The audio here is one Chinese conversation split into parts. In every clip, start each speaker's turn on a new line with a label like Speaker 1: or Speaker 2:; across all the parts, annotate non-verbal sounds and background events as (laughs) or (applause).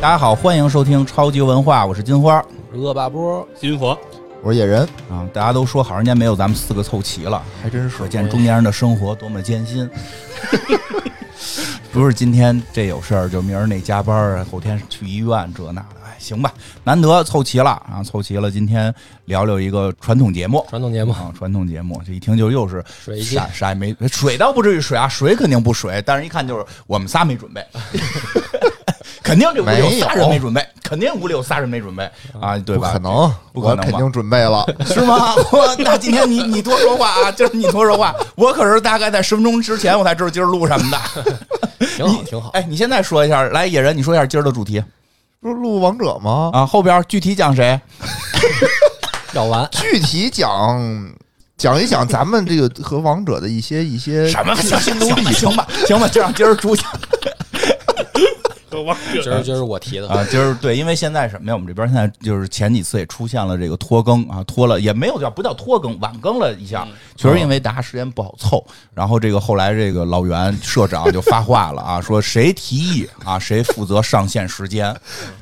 Speaker 1: 大家好，欢迎收听超级文化，我是金花
Speaker 2: 恶霸波，
Speaker 3: 金佛，
Speaker 4: 我是野人，
Speaker 1: 啊。大家都说好人间没有咱们四个凑齐了，
Speaker 4: 还真是
Speaker 1: 可见中年人的生活多么艰辛。 (laughs) 不是今天这有事儿，就明儿那加班儿，后天去医院，这那的，哎，行吧，难得凑齐了啊，凑齐了，今天聊聊一个传统节目
Speaker 2: 传统节目
Speaker 4: 嗯
Speaker 1: 啊，传统节目，这一听就又是
Speaker 2: 水一
Speaker 1: 啥啥也没，水倒不至于水啊，水肯定不水，但是一看就是我们仨没准
Speaker 4: (laughs)
Speaker 1: 备，肯定这屋里有仨人没准备，肯定屋里有仨人没准备啊，对
Speaker 4: 嗯不
Speaker 1: 吧？
Speaker 4: 可能，
Speaker 1: 不可能吧
Speaker 4: 我肯定准备了。
Speaker 1: 是吗？我那今天你你多说话啊，今儿你多说话，我可是大概在十分钟之前我才知道今儿录什么
Speaker 4: (laughs)
Speaker 1: 的。
Speaker 2: 挺好，挺好。
Speaker 1: 哎，你现在说一下，来野人，你说一下今儿的主题
Speaker 4: (laughs) 不是录王者吗？
Speaker 1: 啊，后边具体讲谁？
Speaker 2: 要完，
Speaker 4: 具体讲讲一讲咱们这个和王者的一些一些
Speaker 1: 什么行行行吧行吧行吧，就让今儿主讲
Speaker 3: 和王
Speaker 2: 今
Speaker 3: 者
Speaker 2: 儿今儿我提的，
Speaker 1: 啊，就是对，因为现在什么呀？我们这边现在就是前几次也出现了这个拖更啊，拖了也没有叫不叫拖更，晚更了一下，确实因为大家时间不好凑。然后这个后来这个老袁社长就发话了啊，说谁提议啊，谁负责上线时间。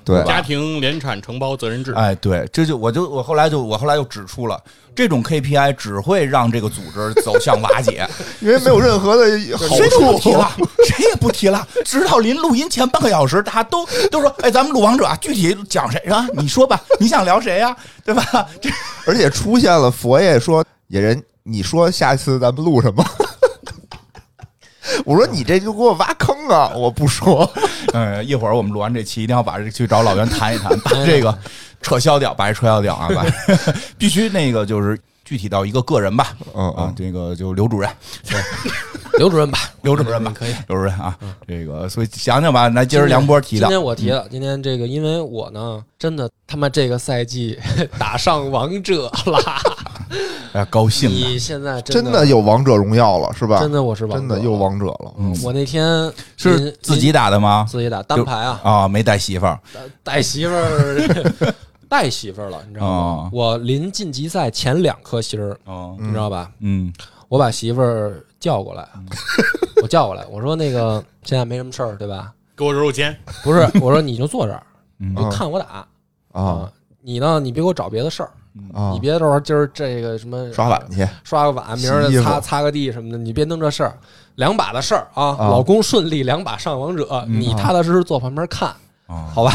Speaker 4: 对
Speaker 3: 家庭联产承包责任
Speaker 2: 啊
Speaker 3: 制，
Speaker 1: 哎，对，这就我就我后来就我后来就指出了，这种 KPI 只会让这个组织走向瓦解，
Speaker 4: 因为没有任何的好
Speaker 1: 谁都不提
Speaker 4: 处。
Speaker 1: (laughs) 了，谁也不提了，直到临录音前半个小时，大家都都说，哎，咱们录王者啊，具体讲谁啊？你说吧，你想聊谁呀、啊对吧？ (laughs) 这
Speaker 4: 而且出现了佛爷说：“野人，你说下次咱们录什么？” (laughs) 我说：“你这就给我挖坑啊！”我不说，
Speaker 1: 嗯，一会儿我们录完这期，一定要把这去找老袁谈一谈，把这个撤销掉，把这撤销掉啊，把必须那个就是具体到一个个人吧，
Speaker 4: 嗯
Speaker 1: 啊，这个就刘主任，
Speaker 2: 刘主任吧，
Speaker 1: 刘主任吧，
Speaker 2: 可以。
Speaker 4: 嗯
Speaker 1: 刘主任啊，这个所以讲讲吧，来今儿梁波提
Speaker 2: 今
Speaker 1: 的，
Speaker 2: 天我提的，今天这个，因为我呢，真的他妈这个赛季 (laughs) 打上王者了，
Speaker 1: 哎，高兴啊，
Speaker 2: 你现在
Speaker 4: 真
Speaker 2: 的
Speaker 4: 的有王者荣耀了，是吧？
Speaker 2: 真的我是王者
Speaker 4: 真的又王者了。
Speaker 1: 嗯
Speaker 2: 我那天
Speaker 1: 是
Speaker 2: 您
Speaker 1: 自
Speaker 2: 您
Speaker 1: 己打的吗？
Speaker 2: 自己打单排啊，
Speaker 1: 啊，没带媳妇儿，
Speaker 2: 带媳妇儿，带媳妇儿了，你知道
Speaker 1: 哦
Speaker 2: 吗？我临晋级赛前两颗星儿，
Speaker 1: 哦，
Speaker 2: 你知道吧？
Speaker 1: 嗯，
Speaker 2: 我把媳妇儿叫过来，
Speaker 4: 嗯
Speaker 2: (laughs) 我叫过来，我说那个现在没什么事儿，对吧？
Speaker 3: 给我揉揉肩，
Speaker 2: 不是，我说你就坐这儿，
Speaker 1: 嗯
Speaker 2: 你就看我打
Speaker 4: 啊！
Speaker 2: 你呢，你别给我找别的事儿，
Speaker 4: 啊
Speaker 2: 你！别到时候今儿这个什么
Speaker 4: 刷碗去，
Speaker 2: 刷个碗，明儿
Speaker 4: 洗衣服
Speaker 2: 擦擦个地什么的，你别弄这事儿。两把的事儿啊，
Speaker 4: 啊
Speaker 2: 老公顺利，两把上王者，
Speaker 1: 嗯
Speaker 2: 你踏踏实实坐旁边看，
Speaker 1: 啊，
Speaker 2: 好吧？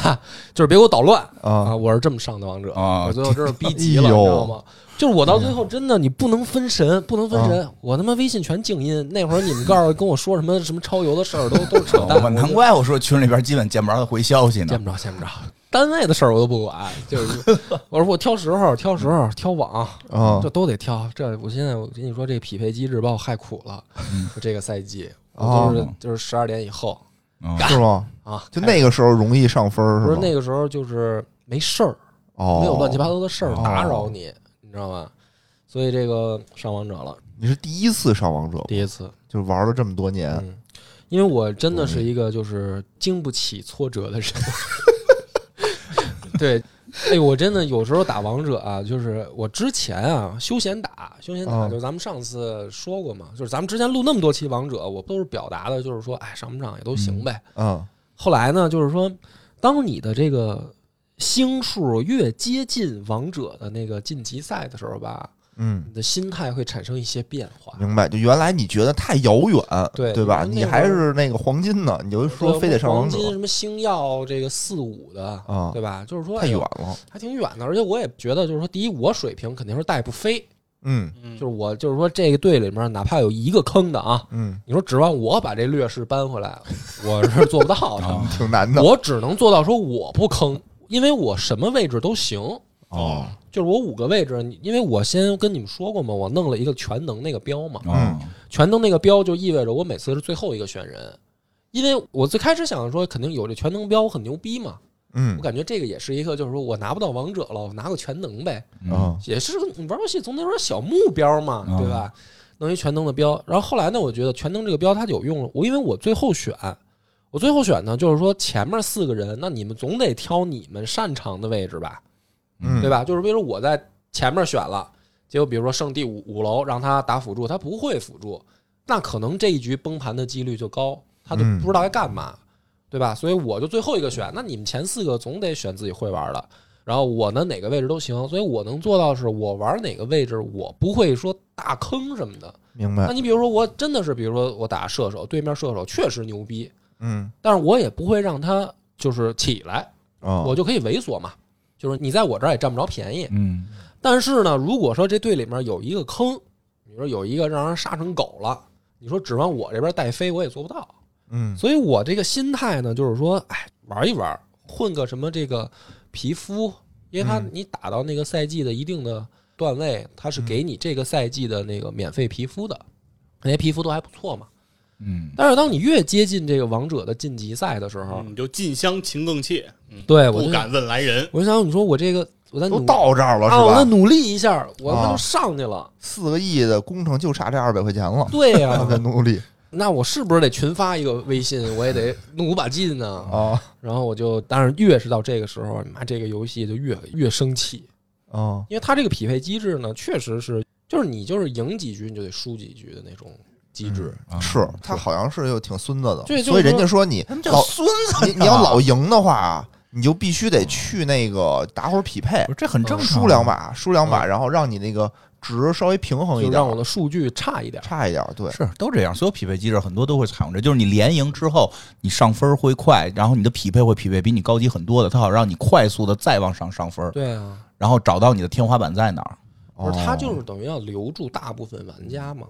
Speaker 2: 就是别给我捣乱
Speaker 4: 啊
Speaker 2: 我是这么上的王者，
Speaker 1: 啊
Speaker 2: 我最后真是
Speaker 4: (laughs)
Speaker 2: 逼急了，
Speaker 4: 哎呦嗯
Speaker 2: 你知道吗？就是我到最后真的，你不能分神，不能
Speaker 4: 啊
Speaker 2: 分神，我他妈微信全静音。那会儿你们告诉跟我说什么什么超游的事儿，都都是
Speaker 1: (laughs)
Speaker 2: 扯
Speaker 4: 哦
Speaker 2: 淡。
Speaker 1: 哦我
Speaker 2: 我
Speaker 1: 难
Speaker 2: 就
Speaker 1: 怪我说群里边基本见不着他回消息呢
Speaker 2: 见，不着，见不着。单位的事儿我都不管，就是 (laughs) 我说我挑时候，挑时候，挑网，
Speaker 4: 啊
Speaker 2: 这都得挑。这我现在我跟你说，这匹配机制把我害苦了。就这个赛季，
Speaker 4: 嗯哦
Speaker 2: 我就是就是十二点以后
Speaker 1: 嗯
Speaker 4: 是吗？
Speaker 2: 啊，
Speaker 4: 就那个时候容易上分儿
Speaker 2: 不
Speaker 4: 是
Speaker 2: 是
Speaker 4: 吧？
Speaker 2: 那个时候就是没事儿，
Speaker 4: 哦，
Speaker 2: 没有乱七八糟的事儿
Speaker 4: 哦
Speaker 2: 打扰你，你知道吗？所以这个上王者了，
Speaker 4: 你是第一次上王者，
Speaker 2: 第一次，
Speaker 4: 就玩了这么多年，
Speaker 2: 嗯，因为我真的是一个就是经不起挫折的人， (laughs) 对。哎，我真的有时候打王者啊，就是我之前啊休闲打，休闲打
Speaker 4: 嗯
Speaker 2: 就是咱们上次说过嘛，就是咱们之前录那么多期王者，我都是表达的，就是说，哎，上不上也都行呗。
Speaker 4: 嗯
Speaker 2: 后来呢，就是说，当你的这个星数越接近王者的那个晋级赛的时候吧，
Speaker 4: 嗯，
Speaker 2: 你的心态会产生一些变化。
Speaker 4: 明白。就原来你觉得太遥远，
Speaker 2: 对
Speaker 4: 对吧？
Speaker 2: 你
Speaker 4: 你
Speaker 2: 那会儿
Speaker 4: 还是那个黄金呢，你就说非得上
Speaker 2: 黄
Speaker 4: 王者
Speaker 2: 金什么星耀这个四五的，
Speaker 4: 啊，
Speaker 2: 对吧？就是说
Speaker 4: 太远，
Speaker 2: 哎呦
Speaker 4: 了。
Speaker 2: 还挺远的。而且我也觉得，就是说，第一，我水平肯定是带不飞，
Speaker 4: 嗯
Speaker 3: 嗯
Speaker 2: 就是我就是说这个队里面哪怕有一个坑的啊，
Speaker 4: 嗯，
Speaker 2: 你说指望我把这劣势扳回来，我是做不到的。
Speaker 1: 啊，
Speaker 4: (laughs) 挺难的。
Speaker 2: 我只能做到说我不坑，因为我什么位置都行。
Speaker 4: 哦，
Speaker 2: 就是我五个位置，你因为我先跟你们说过嘛，我弄了一个全能那个标嘛，
Speaker 1: 嗯
Speaker 2: 全能那个标就意味着我每次是最后一个选人，因为我最开始想说肯定有这全能标我很牛逼嘛，
Speaker 4: 嗯
Speaker 2: 我感觉这个也是一个就是说我拿不到王者了，我拿个全能呗，
Speaker 1: 嗯
Speaker 4: 啊
Speaker 2: 也是你玩游戏总得有点小目标嘛，对吧？弄一全能的标，然后后来呢，我觉得全能这个标它就有用了，我因为我最后选。我最后选呢，就是说前面四个人，那你们总得挑你们擅长的位置吧，
Speaker 4: 嗯，
Speaker 2: 对？吧？就是比如说我在前面选了，结果比如说剩第五五楼，让他打辅助，他不会辅助，那可能这一局崩盘的几率就高，他就
Speaker 4: 嗯
Speaker 2: 不知道该干嘛。对吧？所以我就最后一个选，那你们前四个总得选自己会玩的。然后我呢，哪个位置都行，所以我能做到是我玩哪个位置，我不会说大坑什么的。
Speaker 4: 明
Speaker 2: 那
Speaker 4: 白，
Speaker 2: 你比如说，我真的是，比如说我打射手，对面射手确实牛逼，
Speaker 4: 嗯，
Speaker 2: 但是我也不会让他就是起来，
Speaker 4: 哦，
Speaker 2: 我就可以猥琐嘛，就是你在我这儿也占不着便宜。
Speaker 1: 嗯
Speaker 2: 但是呢，如果说这队里面有一个坑，你说有一个让人杀成狗了，你说指望我这边带飞，我也做不到。
Speaker 4: 嗯
Speaker 2: 所以我这个心态呢，就是说，哎，玩一玩，混个什么这个皮肤，因为它
Speaker 4: 嗯
Speaker 2: 你打到那个赛季的一定的段位，它是给你这个赛季的那个免费皮肤
Speaker 4: 嗯
Speaker 2: 的，那些皮肤都还不错嘛。
Speaker 1: 嗯，
Speaker 2: 但是当你越接近这个王者的晋级赛的时
Speaker 4: 嗯
Speaker 2: 候，
Speaker 3: 嗯你就近乡情更怯，嗯，
Speaker 2: 对啊哎我
Speaker 3: 不
Speaker 2: 就想，
Speaker 3: 敢问来人。
Speaker 2: 我就想，你说我这个我再努
Speaker 4: 都到这儿了
Speaker 2: 啊，我再
Speaker 4: 是吧？
Speaker 2: 努力一下，我他妈
Speaker 4: 啊
Speaker 2: 就上去了。
Speaker 4: 四个亿的工程就差这二百块钱了，
Speaker 2: 对呀、
Speaker 4: (laughs) 还在努力
Speaker 2: 那我是不是得群发一个微信？ (laughs) 我也得努把劲呢、
Speaker 4: 哦
Speaker 2: 然后我就，当然越是到这个时候，妈这个游戏就越越生气，
Speaker 4: 哦，
Speaker 2: 因为它这个匹配机制呢，确实是就是你就是赢几局你就得输几局的那种机制。
Speaker 1: 啊
Speaker 4: 是他好像是又挺孙子的，
Speaker 2: 对就是
Speaker 4: 所以人家说你
Speaker 1: 他们叫
Speaker 4: 老
Speaker 1: 孙子，啊
Speaker 4: 你你要老赢的话，你就必须得去那个打会儿匹配
Speaker 1: 不，是这很正常，啊
Speaker 4: 输两把，输两把，然后让你那个值稍微平衡一
Speaker 2: 嗯就
Speaker 4: 点
Speaker 2: 让，我的数据差一点，
Speaker 4: 差一点，对，
Speaker 1: 是都这样，所有匹配机制很多都会采用这，就是你连赢之后，你上分会快，然后你的匹配会匹配比你高级很多的，它好让你快速的再往上上分，
Speaker 2: 对啊，
Speaker 1: 然后找到你的天花板在哪儿。
Speaker 2: 不是
Speaker 4: 哦
Speaker 2: 它就是等于要留住大部分玩家嘛，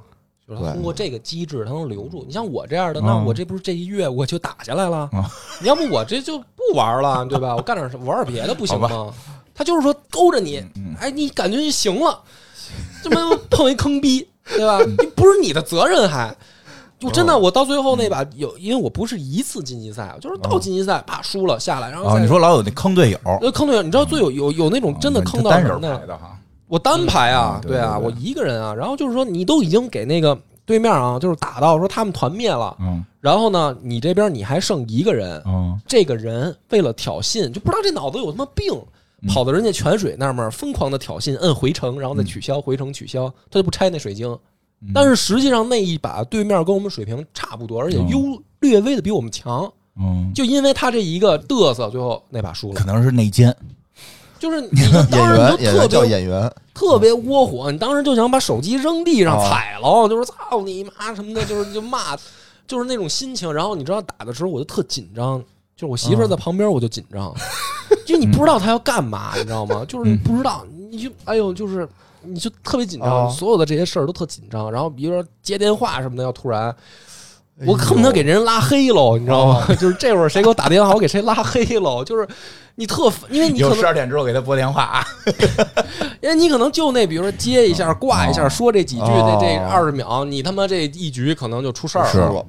Speaker 2: 就是它
Speaker 4: 对
Speaker 2: 通过这个机制它能留住。你像我这样的，
Speaker 1: 嗯
Speaker 2: 那我这不是这一月我就打下来了
Speaker 1: 嗯，
Speaker 2: (laughs) 你要不我这就不玩了，对吧？我干点什么玩点别的不行
Speaker 1: 好
Speaker 2: 吗？他就是说勾着你，
Speaker 1: 嗯，
Speaker 2: 哎，你感觉就
Speaker 1: (laughs)
Speaker 2: 行了，这么碰一坑逼，对吧？你不是你的责任还。我真
Speaker 1: 哦
Speaker 2: 的，我到最
Speaker 1: 嗯
Speaker 2: 后那把有，因为我不是一次晋级赛，我就是到晋级赛啪输了下来，然后
Speaker 1: 哦，
Speaker 2: 再
Speaker 1: 你说老有那坑队友，
Speaker 2: 呃坑队友，你知道最有有有那种真的
Speaker 1: 哦
Speaker 2: 坑
Speaker 1: 你这
Speaker 2: 到
Speaker 1: 单
Speaker 2: 什么
Speaker 1: 人
Speaker 2: 呢
Speaker 1: 排？的哈，
Speaker 2: 我单排啊，
Speaker 1: 嗯
Speaker 2: 对啊，
Speaker 1: 对对
Speaker 2: 我一个人啊，然后就是说你都已经给那个对面啊，就是打到说他们团灭了，
Speaker 1: 嗯
Speaker 2: 然后呢，你这边你还剩一个人，
Speaker 1: 嗯，
Speaker 2: 这个人为了挑衅，就不知道这脑子有他妈病，
Speaker 1: 嗯
Speaker 2: 跑到人家泉水那儿面疯狂的挑衅，摁回城，然后再取消，回城取消，他就不拆那水晶。
Speaker 1: 嗯
Speaker 2: 但是实际上那一把对面跟我们水平差不多，而且
Speaker 1: 嗯
Speaker 2: 优略微的比我们强，
Speaker 1: 嗯，
Speaker 2: 就因为他这一个嘚瑟，最后那把输
Speaker 1: 可 (laughs)
Speaker 2: 了。
Speaker 1: 能是内奸，
Speaker 2: 就是你就
Speaker 4: 演
Speaker 2: 当时
Speaker 4: 员，
Speaker 2: 你就
Speaker 4: 演员
Speaker 2: 特
Speaker 4: 叫
Speaker 2: 别
Speaker 4: 演员，
Speaker 2: 特别窝火，你当时就想把手机扔地上
Speaker 4: 哦
Speaker 2: 踩了，就是操你妈什么的，就是就骂，就是那种心情。然后你知道打的时候我就特紧张，就是我
Speaker 4: 啊
Speaker 2: 媳妇儿在旁边我就紧张，就你不知道她要干嘛，你知道吗？
Speaker 4: 嗯
Speaker 2: 就是你不知道，你就哎呦，就是你就特别紧张，
Speaker 4: 哦
Speaker 2: 所有的这些事儿都特紧张。然后比如说接电话什么的，要突然。
Speaker 4: 哎呦啊
Speaker 2: 我恨不得给人拉黑喽，你知道吗？ (laughs) 就是这会儿谁给我打电话，我给谁拉黑喽。就是你特烦，因为你可能
Speaker 1: 二点之后给他拨电话啊，
Speaker 2: 因为你可能就那，比如说接一
Speaker 4: 啊
Speaker 2: 下、挂一下，
Speaker 1: 哦
Speaker 2: 说这几句，
Speaker 4: 哦
Speaker 2: 那这二十秒，你他妈这一局可能就出事儿
Speaker 4: 是
Speaker 2: 了。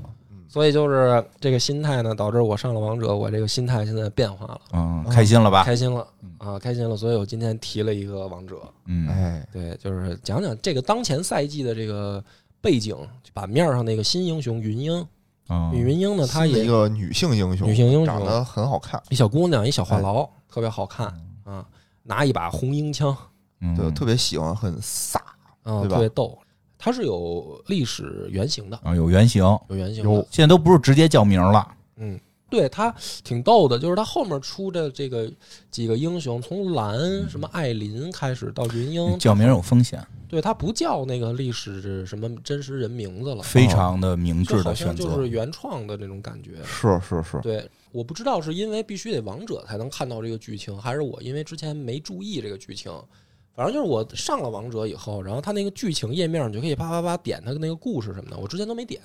Speaker 2: 所以就是这个心态呢，导致我上了王者，我这个心态现在变化了，
Speaker 1: 嗯，开心了吧？
Speaker 2: 开心了
Speaker 4: 嗯
Speaker 2: 啊，开心了。所以我今天提了一个王者，
Speaker 1: 嗯
Speaker 4: 哎，
Speaker 2: 对，就是讲讲这个当前赛季的这个背景，版面上那个新英雄云英，
Speaker 1: 嗯，
Speaker 2: 云英呢，她
Speaker 4: 新的
Speaker 2: 也
Speaker 4: 一个女性英雄，
Speaker 2: 女性英
Speaker 4: 长
Speaker 2: 雄，
Speaker 4: 得哎很好看，
Speaker 2: 一小姑娘，一小话痨，特别好看啊，拿一把红缨枪，
Speaker 1: 嗯
Speaker 4: 对，特别喜欢，很飒，
Speaker 2: 啊，
Speaker 4: 对吧
Speaker 2: 特别逗。它是有历史原型的，
Speaker 1: 啊有原型，
Speaker 2: 有原型的。
Speaker 1: 现在都不是直接叫名了，
Speaker 2: 嗯，对他挺逗的，就是他后面出的这个几个英雄，从蓝什么艾琳开始到云英，
Speaker 1: 叫名有风险，
Speaker 2: 对他不叫那个历史什么真实人名字了，
Speaker 1: 非常的明
Speaker 2: 就
Speaker 1: 智
Speaker 2: 好
Speaker 1: 的
Speaker 2: 像
Speaker 1: 选
Speaker 2: 就
Speaker 1: 择
Speaker 2: 是。原创的那种感觉。
Speaker 4: 是是是，
Speaker 2: 对，我不知道是因为必须得王者才能看到这个剧情，还是我因为之前没注意这个剧情。反正就是我上了王者以后，然后他那个剧情页面，你就可以啪啪啪点他那个故事什么的，我之前都没点。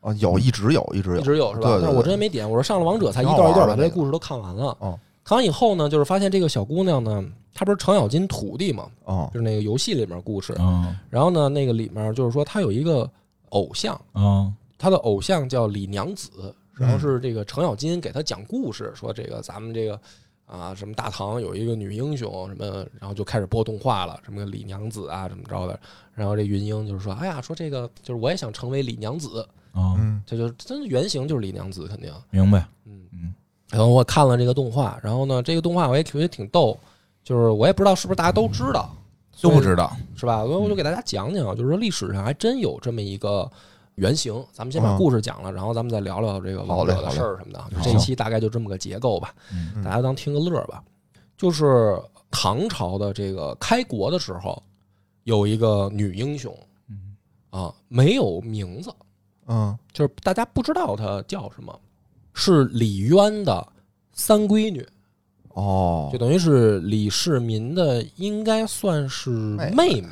Speaker 4: 啊，有一直有，一直有，
Speaker 2: 一直有是吧？
Speaker 4: 对对
Speaker 2: 但是我
Speaker 4: 对
Speaker 2: 之前没点，我说上了王者才一
Speaker 4: 挺好
Speaker 2: 段一段把
Speaker 4: 玩
Speaker 2: 这
Speaker 4: 的那
Speaker 2: 些
Speaker 4: 个
Speaker 2: 故事都看完了。
Speaker 4: 哦
Speaker 2: 看完以后呢，就是发现这个小姑娘呢，她不是程咬金徒弟嘛，
Speaker 4: 啊
Speaker 2: 就是那个游戏里面故事。
Speaker 1: 嗯
Speaker 2: 然后呢，那个里面就是说她有一个偶像，
Speaker 1: 嗯
Speaker 2: 她的偶像叫李娘子，然
Speaker 4: 嗯
Speaker 2: 后是这个程咬金给她讲故事，说这个咱们这个。啊，什么大唐有一个女英雄，什么，然后就开始播动画了，什么李娘子啊，怎么着的，然后这云英就是说，哎呀，说这个就是我也想成为李娘子，
Speaker 1: 嗯，
Speaker 4: 嗯，
Speaker 2: 这就是真的原型就是李娘子，肯定，
Speaker 1: 明白。
Speaker 2: 嗯
Speaker 1: 嗯
Speaker 2: 然后我看了这个动画，然后呢，这个动画我也觉得挺逗，就是我也不知道是不是大家都知道，
Speaker 1: 就不知道，
Speaker 2: 是吧？所以我就给大家讲讲，就是说历史上还真有这么一个原型，咱们先把
Speaker 4: 嗯
Speaker 2: 故事讲了，然后咱们再聊聊这个
Speaker 4: 好
Speaker 2: 王
Speaker 4: 嘞
Speaker 2: 者的
Speaker 4: 好嘞
Speaker 2: 事儿什么的。
Speaker 4: 好
Speaker 2: 这一期大概就这么个结构吧，
Speaker 1: 嗯
Speaker 2: 大家当听个乐儿吧。就是唐朝的这个开国的时候，有一个女英雄
Speaker 1: 嗯
Speaker 2: 啊，没有名字，
Speaker 4: 嗯
Speaker 2: 就是大家不知道她叫什么，是李渊的三闺女，
Speaker 4: 哦
Speaker 2: 就，等于是李世民的，应该算是妹妹，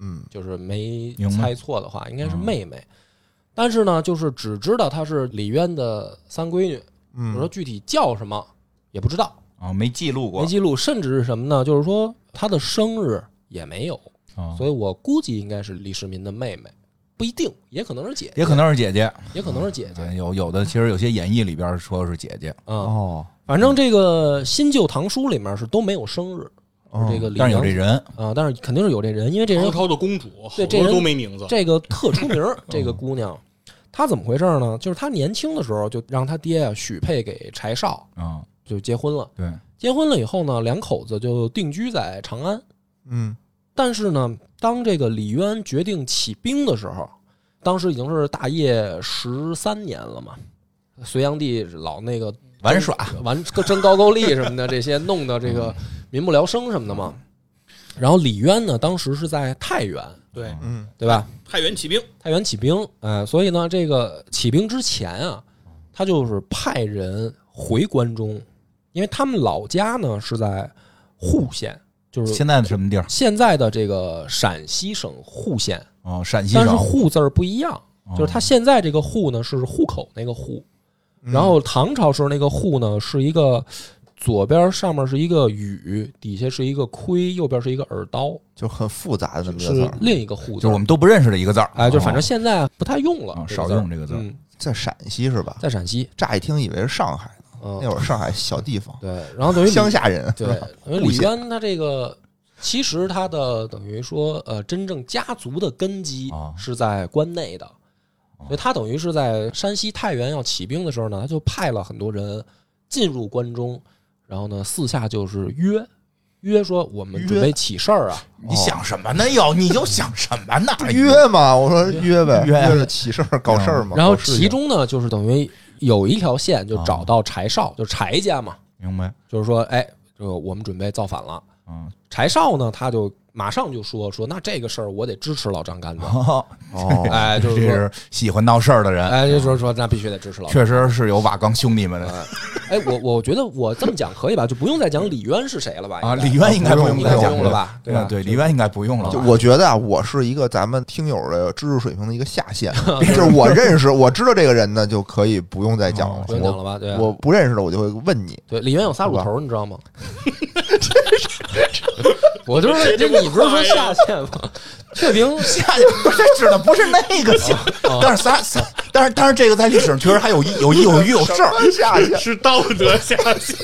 Speaker 4: 嗯
Speaker 2: 就是没
Speaker 1: 明白
Speaker 2: 猜错的话，应该是妹妹。但是呢，就是只知道她是李渊的三闺女，我说
Speaker 4: 嗯
Speaker 2: 具体叫什么也不知道，
Speaker 1: 啊，没记录
Speaker 2: 没
Speaker 1: 过，
Speaker 2: 记录，甚至是什么呢？就是说她的生日也没有，
Speaker 1: 啊
Speaker 2: 所以我估计应该是李世民的妹妹，不一定，也可能是姐姐，
Speaker 1: 也可能是姐姐，
Speaker 2: 也可能是姐姐
Speaker 1: 哎有有的其实有些演义里边说是姐姐，
Speaker 2: 啊。
Speaker 4: 哦，
Speaker 2: 反正这个新旧唐书里面是都没有生日，
Speaker 4: 哦
Speaker 2: 这个李
Speaker 1: 但是有
Speaker 2: 娘
Speaker 1: 这
Speaker 2: 子
Speaker 1: 人，
Speaker 2: 啊，但是肯定是有这人，因为这人
Speaker 3: 唐朝的公主，好
Speaker 2: 对这人
Speaker 3: 多都没名字。
Speaker 2: 这个特出
Speaker 1: (laughs)
Speaker 2: 名儿，这
Speaker 1: 嗯
Speaker 2: 个姑娘，她怎么回事儿呢？就是她年轻的时候就让她爹啊许配给柴少，
Speaker 1: 啊，
Speaker 2: 就结婚了。
Speaker 1: 对，
Speaker 2: 结婚了以后呢，两口子就定居在长安。
Speaker 4: 嗯
Speaker 2: 但是呢，当这个李渊决定起兵的时候，当时已经是大业十三年了嘛。隋炀帝老那个
Speaker 1: 玩耍，
Speaker 2: 玩争高句丽什么的，这些弄得这个民不聊生什么的嘛。然后李渊呢，当时是在太原，
Speaker 3: 对，
Speaker 4: 嗯
Speaker 2: 对吧？
Speaker 3: 太原起兵，
Speaker 2: 太原起兵，哎，所以呢，这个起兵之前啊，他就是派人回关中，因为他们老家呢是在户县，就是
Speaker 1: 现在什么地儿？
Speaker 2: 现在的这个陕西省户县，
Speaker 1: 哦，陕西
Speaker 2: 但是
Speaker 1: 省，
Speaker 2: 户字儿不一样，
Speaker 1: 哦
Speaker 2: 就是他现在这个户呢是户口那个户，然
Speaker 1: 嗯
Speaker 2: 后唐朝时候那个户呢是一个左边上面是一个雨，底下是一个盔，右边是一个耳刀，
Speaker 4: 就很复杂的那么一个字
Speaker 2: 是
Speaker 4: 儿，
Speaker 2: 另一个户
Speaker 1: 就是
Speaker 2: 字
Speaker 1: 我。们都不认识的一个字儿，
Speaker 2: 哎，就反正
Speaker 1: 哦
Speaker 2: 现在不太用了
Speaker 1: 啊，
Speaker 2: 这个
Speaker 1: 少
Speaker 2: 字儿
Speaker 1: 用这个字儿，
Speaker 2: 嗯，
Speaker 4: 在陕西是吧？
Speaker 2: 在陕西，
Speaker 4: 乍一听以为是上海呢，
Speaker 2: 嗯，
Speaker 1: 哦
Speaker 4: 那会儿上海小地方，
Speaker 2: 对，
Speaker 1: (laughs)
Speaker 2: 然后等于李
Speaker 4: 乡，下人，
Speaker 2: 对
Speaker 4: 是吧，
Speaker 2: 因为
Speaker 4: 户
Speaker 2: 李
Speaker 4: 县
Speaker 2: 渊他这个其实他的等于说呃，真正家族的根基
Speaker 1: 啊
Speaker 2: 是在关内的，所以他等于是在山西太原要起兵的时候呢，他就派了很多人进入关中，然后呢四下就是约约说我们准备起事儿啊，
Speaker 1: 你想什么呢？又你又想什么呢？
Speaker 2: 嗯
Speaker 4: 约嘛，我说约呗，
Speaker 1: 哎约
Speaker 4: 约着起事儿搞事儿嘛。
Speaker 2: 然后
Speaker 4: 搞事情
Speaker 2: 其中呢就是等于有一条线就找到柴少，就柴家嘛，
Speaker 1: 明白？ (laughs)
Speaker 2: 就是说哎，这个我们准备造反了。
Speaker 1: 嗯，
Speaker 2: 柴少呢，他就马上就说说，那这个事儿我得支持老张干的，
Speaker 1: 哦，
Speaker 4: 哦，
Speaker 2: 哎，就
Speaker 1: (laughs) 这
Speaker 2: 是说，
Speaker 1: 是喜欢闹事儿的人，
Speaker 2: 哎，就说说那必须得支持老张。
Speaker 1: 确实是有瓦岗兄弟们的
Speaker 2: 哎，我我觉得我这么讲可以吧，就不用再讲李渊是谁了吧？
Speaker 1: 啊。
Speaker 2: 应该
Speaker 1: 李渊应该
Speaker 4: 不
Speaker 1: 用
Speaker 4: 用
Speaker 1: 再
Speaker 4: 不
Speaker 1: 讲
Speaker 2: 哎用了吧
Speaker 1: 对啊
Speaker 2: 对啊吧
Speaker 1: 对，李渊应该不用了吧。
Speaker 4: 就
Speaker 1: (laughs)
Speaker 4: 我觉得啊，我是一个咱们听友的知识水平的一个下限，就是我认识，我知道这个人呢，就可以不用再讲了。
Speaker 2: 哦不用讲
Speaker 4: 我
Speaker 2: 了吧？对，啊
Speaker 4: 我不认识的，我就会问你。
Speaker 2: 对李渊有仨乳头，你知
Speaker 1: (laughs)
Speaker 2: 道吗？我就是，这
Speaker 3: 这
Speaker 2: 你不是说下线吗？确平
Speaker 1: 下去哎不是指的不是那
Speaker 2: (laughs)
Speaker 1: 个下，
Speaker 2: 哦
Speaker 1: 但是咱咱但是但是这个在历史上确实还有有有有事儿，
Speaker 4: 下去
Speaker 3: 是道德下
Speaker 1: (laughs)
Speaker 3: 线。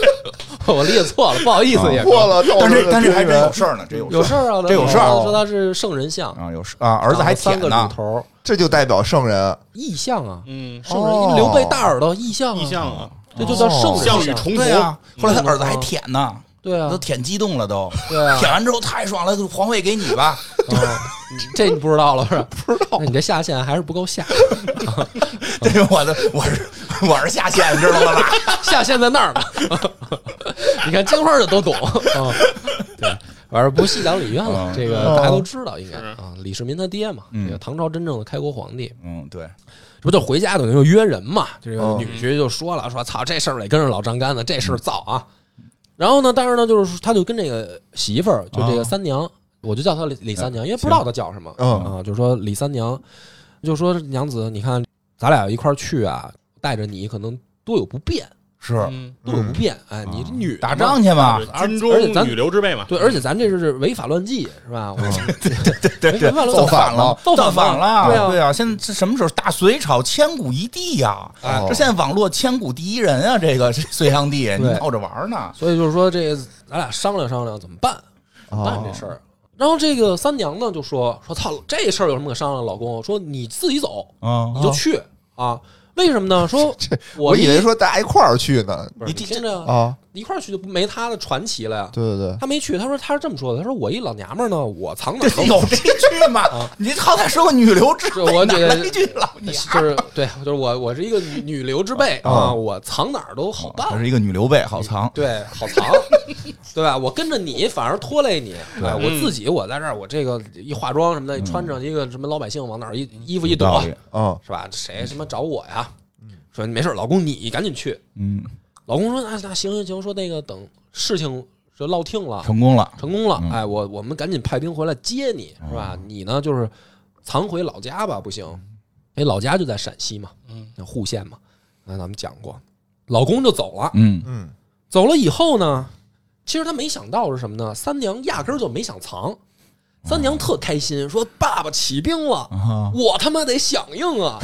Speaker 2: 我理解错了，不好意思，也
Speaker 4: 破了，
Speaker 1: 但
Speaker 4: 是
Speaker 1: 是但是还真有事儿呢，真有
Speaker 2: 有
Speaker 1: 事
Speaker 2: 事儿啊，
Speaker 1: 啊这有事儿
Speaker 2: 说他是圣人像，
Speaker 1: 啊有事啊，儿子还
Speaker 2: 三
Speaker 1: 舔
Speaker 2: 个乳
Speaker 1: 呢，
Speaker 2: 头，
Speaker 4: 这就代表圣人。
Speaker 2: 异象啊，
Speaker 3: 嗯，
Speaker 2: 圣人，
Speaker 4: 哦
Speaker 2: 因为刘备大耳朵异象啊，
Speaker 3: 意象啊，
Speaker 2: 这就叫圣人像
Speaker 3: 项羽重
Speaker 1: 对
Speaker 3: 头
Speaker 1: 啊，，后来他儿子还舔呢，
Speaker 2: 嗯对啊
Speaker 1: 都，舔激动了都，
Speaker 2: 对啊
Speaker 1: 舔完之后太爽了，皇位给你
Speaker 2: (laughs)
Speaker 1: 吧，
Speaker 2: 啊，这你不知道了是
Speaker 1: (laughs)
Speaker 2: 吧？不知道，那你这下线还是不够下，
Speaker 1: 这是我的我是我是下线，你知道了吧？
Speaker 2: (laughs) 下线在那 (laughs) 儿呢。你看金花儿就都懂哦啊，对，反正不细讲李渊了，
Speaker 1: 嗯
Speaker 2: 这个大家都知道，应该啊，李世民他爹嘛，
Speaker 1: 嗯
Speaker 2: 这个唐朝真正的开国皇帝，
Speaker 1: 嗯，对，
Speaker 2: 这不就回家等于就约人嘛？这个
Speaker 4: 嗯
Speaker 2: 女婿就说了，说操，这事儿得跟着老张干的，这事儿造啊。然后呢，当然呢，就是他就跟这个媳妇儿，就这个
Speaker 1: 啊
Speaker 2: 三娘，我就叫她李李三娘，因为不知道她叫什么，
Speaker 4: 嗯
Speaker 2: 啊，就说李三娘，就说娘子，你看咱俩一块儿去啊，带着你可能多有不便，
Speaker 1: 是
Speaker 3: 嗯，
Speaker 2: 多有不便，哎，你
Speaker 4: 啊
Speaker 2: 这女的
Speaker 1: 打
Speaker 2: 嘛
Speaker 1: 仗去嘛，
Speaker 3: 军
Speaker 2: 啊而且咱
Speaker 3: 中女流之辈嘛。
Speaker 2: 对，而且咱这是违法乱纪是吧？我
Speaker 4: 嗯
Speaker 1: 对
Speaker 2: 对对
Speaker 1: 造反了，
Speaker 2: 造反了
Speaker 1: 造反了，
Speaker 2: 对啊
Speaker 1: 现在这什么时候？大隋朝千古一帝呀，
Speaker 2: 哎
Speaker 1: 这现在网络千古第一人啊，这个这隋炀帝，你
Speaker 2: 对
Speaker 1: 闹着玩儿呢？
Speaker 2: 所以就是说这咱俩商量商量怎么办，怎么
Speaker 4: 哦
Speaker 2: 办这事儿。然后这个三娘呢就说说操，这事儿有什么可商量？老公说你自己走，
Speaker 1: 啊
Speaker 2: 你就去啊？为什么呢？说我
Speaker 4: 哦 (laughs) 我以
Speaker 2: 一
Speaker 4: 为说大家一块儿去呢。
Speaker 2: 不是
Speaker 1: 你
Speaker 2: 你听着啊，
Speaker 4: 啊，
Speaker 2: 一块儿去就没他的传奇了呀。
Speaker 4: 对对对，
Speaker 2: 他没去，他说他是这么说的，他说我一老娘们儿呢，我藏哪儿
Speaker 1: 这
Speaker 2: 都
Speaker 1: 有这句吗
Speaker 2: 啊？
Speaker 1: 你好歹说个女流之
Speaker 2: 这
Speaker 1: 辈，
Speaker 2: 我
Speaker 1: 哪
Speaker 2: 觉得
Speaker 1: 来一句老娘？
Speaker 2: (laughs) 就是对，就是我我是一个女女流之辈
Speaker 4: 哦
Speaker 2: 啊，我藏哪儿都好办
Speaker 1: 她，是一个女流辈，好藏。
Speaker 2: 对，好藏， (laughs) 对吧？我跟着你反而拖累你，哎，我自己我在这儿，我这个一化妆什么的，穿上一个什么老百姓往哪儿一衣服
Speaker 1: 嗯
Speaker 2: 一
Speaker 1: 有
Speaker 2: 躲
Speaker 1: 道，理，
Speaker 4: 嗯，
Speaker 2: 是吧？谁什么找我呀？说没事儿，老公你赶紧去。
Speaker 1: 嗯，
Speaker 2: 老公说那啊那行行行，说那个等事情就落听了，
Speaker 1: 成功了。
Speaker 2: 成功了
Speaker 1: 嗯，哦
Speaker 2: 哎，我我们赶紧派兵回来接你，是吧？你呢就是藏回老家吧，不行，
Speaker 1: 嗯
Speaker 2: 因为老家就在陕西嘛，
Speaker 3: 嗯，
Speaker 2: 那户县嘛，那咱们讲过，老公就走了，
Speaker 1: 嗯
Speaker 4: 嗯，
Speaker 2: 走了以后呢，其实他没想到是什么呢？三娘压根儿就没想藏，三娘特开心，说爸爸起兵了，
Speaker 1: 啊，
Speaker 2: 我他妈得响应啊！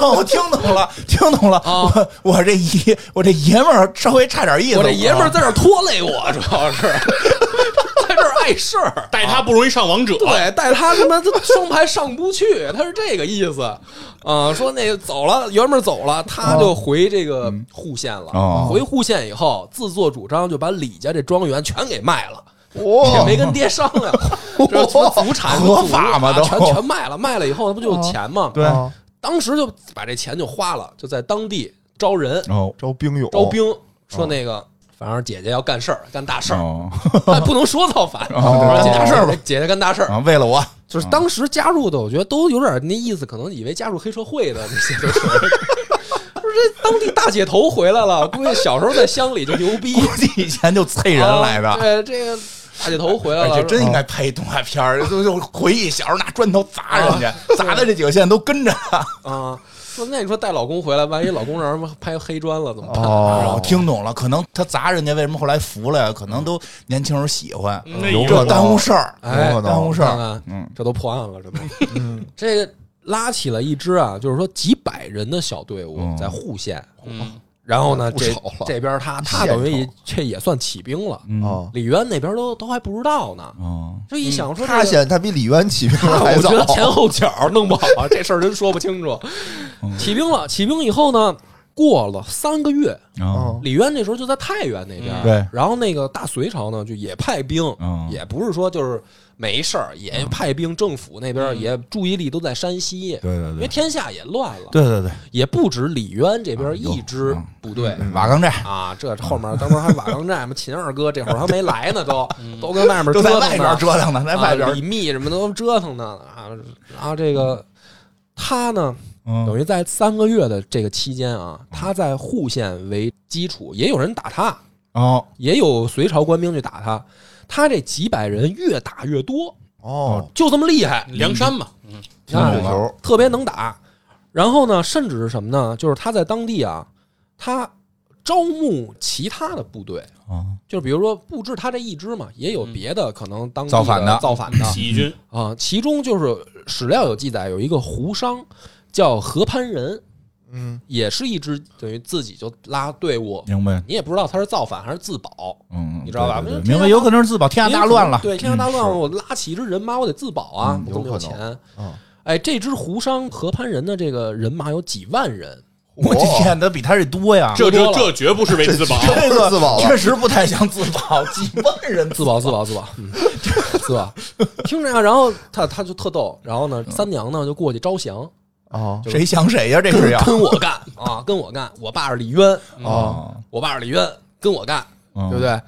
Speaker 1: 哦 (laughs) 我听懂了，听懂了。
Speaker 2: 啊
Speaker 1: 我我这爷我这爷们儿稍微差点意思，啊
Speaker 2: 我这爷们儿在这儿拖累我，主要是 (laughs) 在这儿碍事儿。
Speaker 3: 带他不容易上王者，
Speaker 2: 对，带他他妈这双排上
Speaker 1: (laughs)
Speaker 2: 不去，他是这个意思，啊、说那个走了，原本走了，他就回这个户县了。
Speaker 1: 嗯哦
Speaker 2: 回户县以后，自作主张就把李家这庄园全给卖了，也
Speaker 4: 哇，
Speaker 2: 没跟爹商量，这什么祖产
Speaker 1: 合法吗
Speaker 2: 祖产
Speaker 1: 都哦
Speaker 2: 全全卖了，卖了以后那不就有钱吗？
Speaker 1: 对
Speaker 4: 啊
Speaker 2: 当时就把这钱就花了，就在当地招人
Speaker 1: 哦
Speaker 4: 招兵俑，
Speaker 2: 招兵，说那个。反正姐姐要干事儿，干大事 (laughs) 儿，
Speaker 1: 哦
Speaker 2: 但不能说造反。
Speaker 1: 哦
Speaker 2: 干大事儿吧
Speaker 1: 哦，
Speaker 2: 姐姐干大事儿。
Speaker 1: 啊，为了我
Speaker 2: 就是当时加入的，我觉得都有点那意思，可能以为加入黑社会的 (laughs) 那些都是。不是这当地大姐头回来了，估计小时候在乡里就牛逼，
Speaker 1: 估计以前就催人来的。嗯
Speaker 2: 啊对这个大姐头回来
Speaker 1: 而
Speaker 2: 了，
Speaker 1: 且真应该拍一动画片儿，就就回忆小时候拿砖头砸人家，
Speaker 2: 哦
Speaker 1: 砸的这几个现在都跟着。
Speaker 2: 啊，说那你说带老公回来，万一老公让人们拍黑砖了怎么办？
Speaker 1: 哦
Speaker 4: 哦，，
Speaker 1: 听懂了，可能他砸人家，为什么后来服了呀？可能都年轻时候喜欢，
Speaker 2: 嗯
Speaker 3: 那
Speaker 4: 有
Speaker 3: 一
Speaker 4: 可
Speaker 1: 这
Speaker 4: 能
Speaker 1: 耽误事儿，
Speaker 2: 哎
Speaker 1: 这耽误事
Speaker 2: 看
Speaker 1: 儿。
Speaker 2: 看，
Speaker 1: 嗯，
Speaker 2: 这都破案了，这都
Speaker 4: 嗯
Speaker 2: 这个拉起了一支啊，就是说几百人的小队伍
Speaker 1: 嗯哦
Speaker 2: 在户县，
Speaker 3: 嗯，
Speaker 2: 然后呢，
Speaker 4: 不
Speaker 2: 这
Speaker 4: 少了
Speaker 2: 这边他他
Speaker 4: 献
Speaker 2: 等于
Speaker 4: 丑
Speaker 2: 也这也算起兵了，
Speaker 4: 啊，
Speaker 2: 李渊那边都都还不知道呢，
Speaker 1: 嗯哦，
Speaker 2: 这一想说这个
Speaker 4: 他先他比李渊起兵
Speaker 2: 那 (laughs)
Speaker 4: 还
Speaker 2: 我
Speaker 4: 早
Speaker 2: 觉，得前后脚弄不好啊，这事儿真说不清楚。
Speaker 1: 嗯
Speaker 2: 起兵了，起兵以后呢，过了三个月，
Speaker 1: 哦，
Speaker 4: 嗯
Speaker 2: 李渊这时候就在太原那边，
Speaker 3: 嗯
Speaker 1: 对
Speaker 2: 然后那个大隋朝呢，就也派兵，
Speaker 1: 嗯
Speaker 2: 也不是说就是没事儿，也派兵，政府那边也注意力都在山西，
Speaker 1: 对嗯对
Speaker 2: 因为
Speaker 1: 对，
Speaker 2: 天下也乱了，
Speaker 1: 对对对，
Speaker 2: 也不止李渊这
Speaker 1: 啊
Speaker 2: 边
Speaker 1: 有
Speaker 2: 一支
Speaker 1: 嗯
Speaker 2: 部队。
Speaker 1: 瓦岗寨
Speaker 2: 啊，这后面当时还瓦岗寨嘛，秦二哥这会儿还没来呢，都都跟外面
Speaker 1: 嗯都在
Speaker 2: 嗯折
Speaker 1: 外
Speaker 2: 腾
Speaker 1: 边
Speaker 2: 呢，
Speaker 1: 折腾呢，在外边
Speaker 2: 啊、李密什么的都折腾呢啊，然后这个他呢，
Speaker 1: 嗯
Speaker 2: 等于在三个月的这个期间啊，他在户县为基础，也有人打他，
Speaker 1: 哦
Speaker 2: 也有隋朝官兵去打他，他这几百人越打越多，
Speaker 4: 哦，
Speaker 2: 就这么厉害，啊
Speaker 3: 梁山嘛，嗯，
Speaker 1: 听
Speaker 4: 懂
Speaker 1: 懂
Speaker 4: 了
Speaker 1: 了，
Speaker 2: 特别能打。然后呢，甚至是什么呢？就是他在当地啊，他招募其他的部队，
Speaker 1: 哦
Speaker 2: 就是比如说不止他这一支嘛，也有别的可能当地
Speaker 1: 造反的
Speaker 2: 造反
Speaker 1: (laughs)
Speaker 2: 的
Speaker 3: 起义军，
Speaker 2: 啊，其中就是史料有记载，有一个胡商叫何潘仁，
Speaker 4: 嗯，
Speaker 2: 也是一支等于自己就拉队伍，
Speaker 1: 明白，
Speaker 2: 你也不知道他是造反还是自保。
Speaker 1: 嗯，
Speaker 2: 你知道吧
Speaker 1: 对对
Speaker 2: 不是
Speaker 1: 对明白，有可能是自保，天下大乱了，
Speaker 2: 对，天下大乱，
Speaker 4: 嗯是
Speaker 2: 我拉起一支人马，我得自保啊，
Speaker 4: 嗯
Speaker 2: 我这么有
Speaker 4: 有可
Speaker 2: 钱。
Speaker 4: 啊，
Speaker 2: 哎，这支胡商何潘仁的这个人马有几万人，
Speaker 1: 我的天，他比他这啊多呀，
Speaker 3: 这
Speaker 2: 多
Speaker 3: 这
Speaker 2: 了
Speaker 3: 这绝不是为自保，
Speaker 2: (laughs)
Speaker 1: 这个
Speaker 4: (laughs) 自保了
Speaker 1: 确实不太像自保，几万人
Speaker 2: 自保自保自保，嗯，自保。听着啊，然后他他就特逗，然后呢，三娘呢就过去招降，
Speaker 4: 啊，
Speaker 1: 谁想谁呀？这是要
Speaker 2: 跟我干啊，跟我干，我爸是李渊，
Speaker 1: 哦，
Speaker 2: 我爸是李渊，跟我干，
Speaker 1: 对
Speaker 2: 对不？对？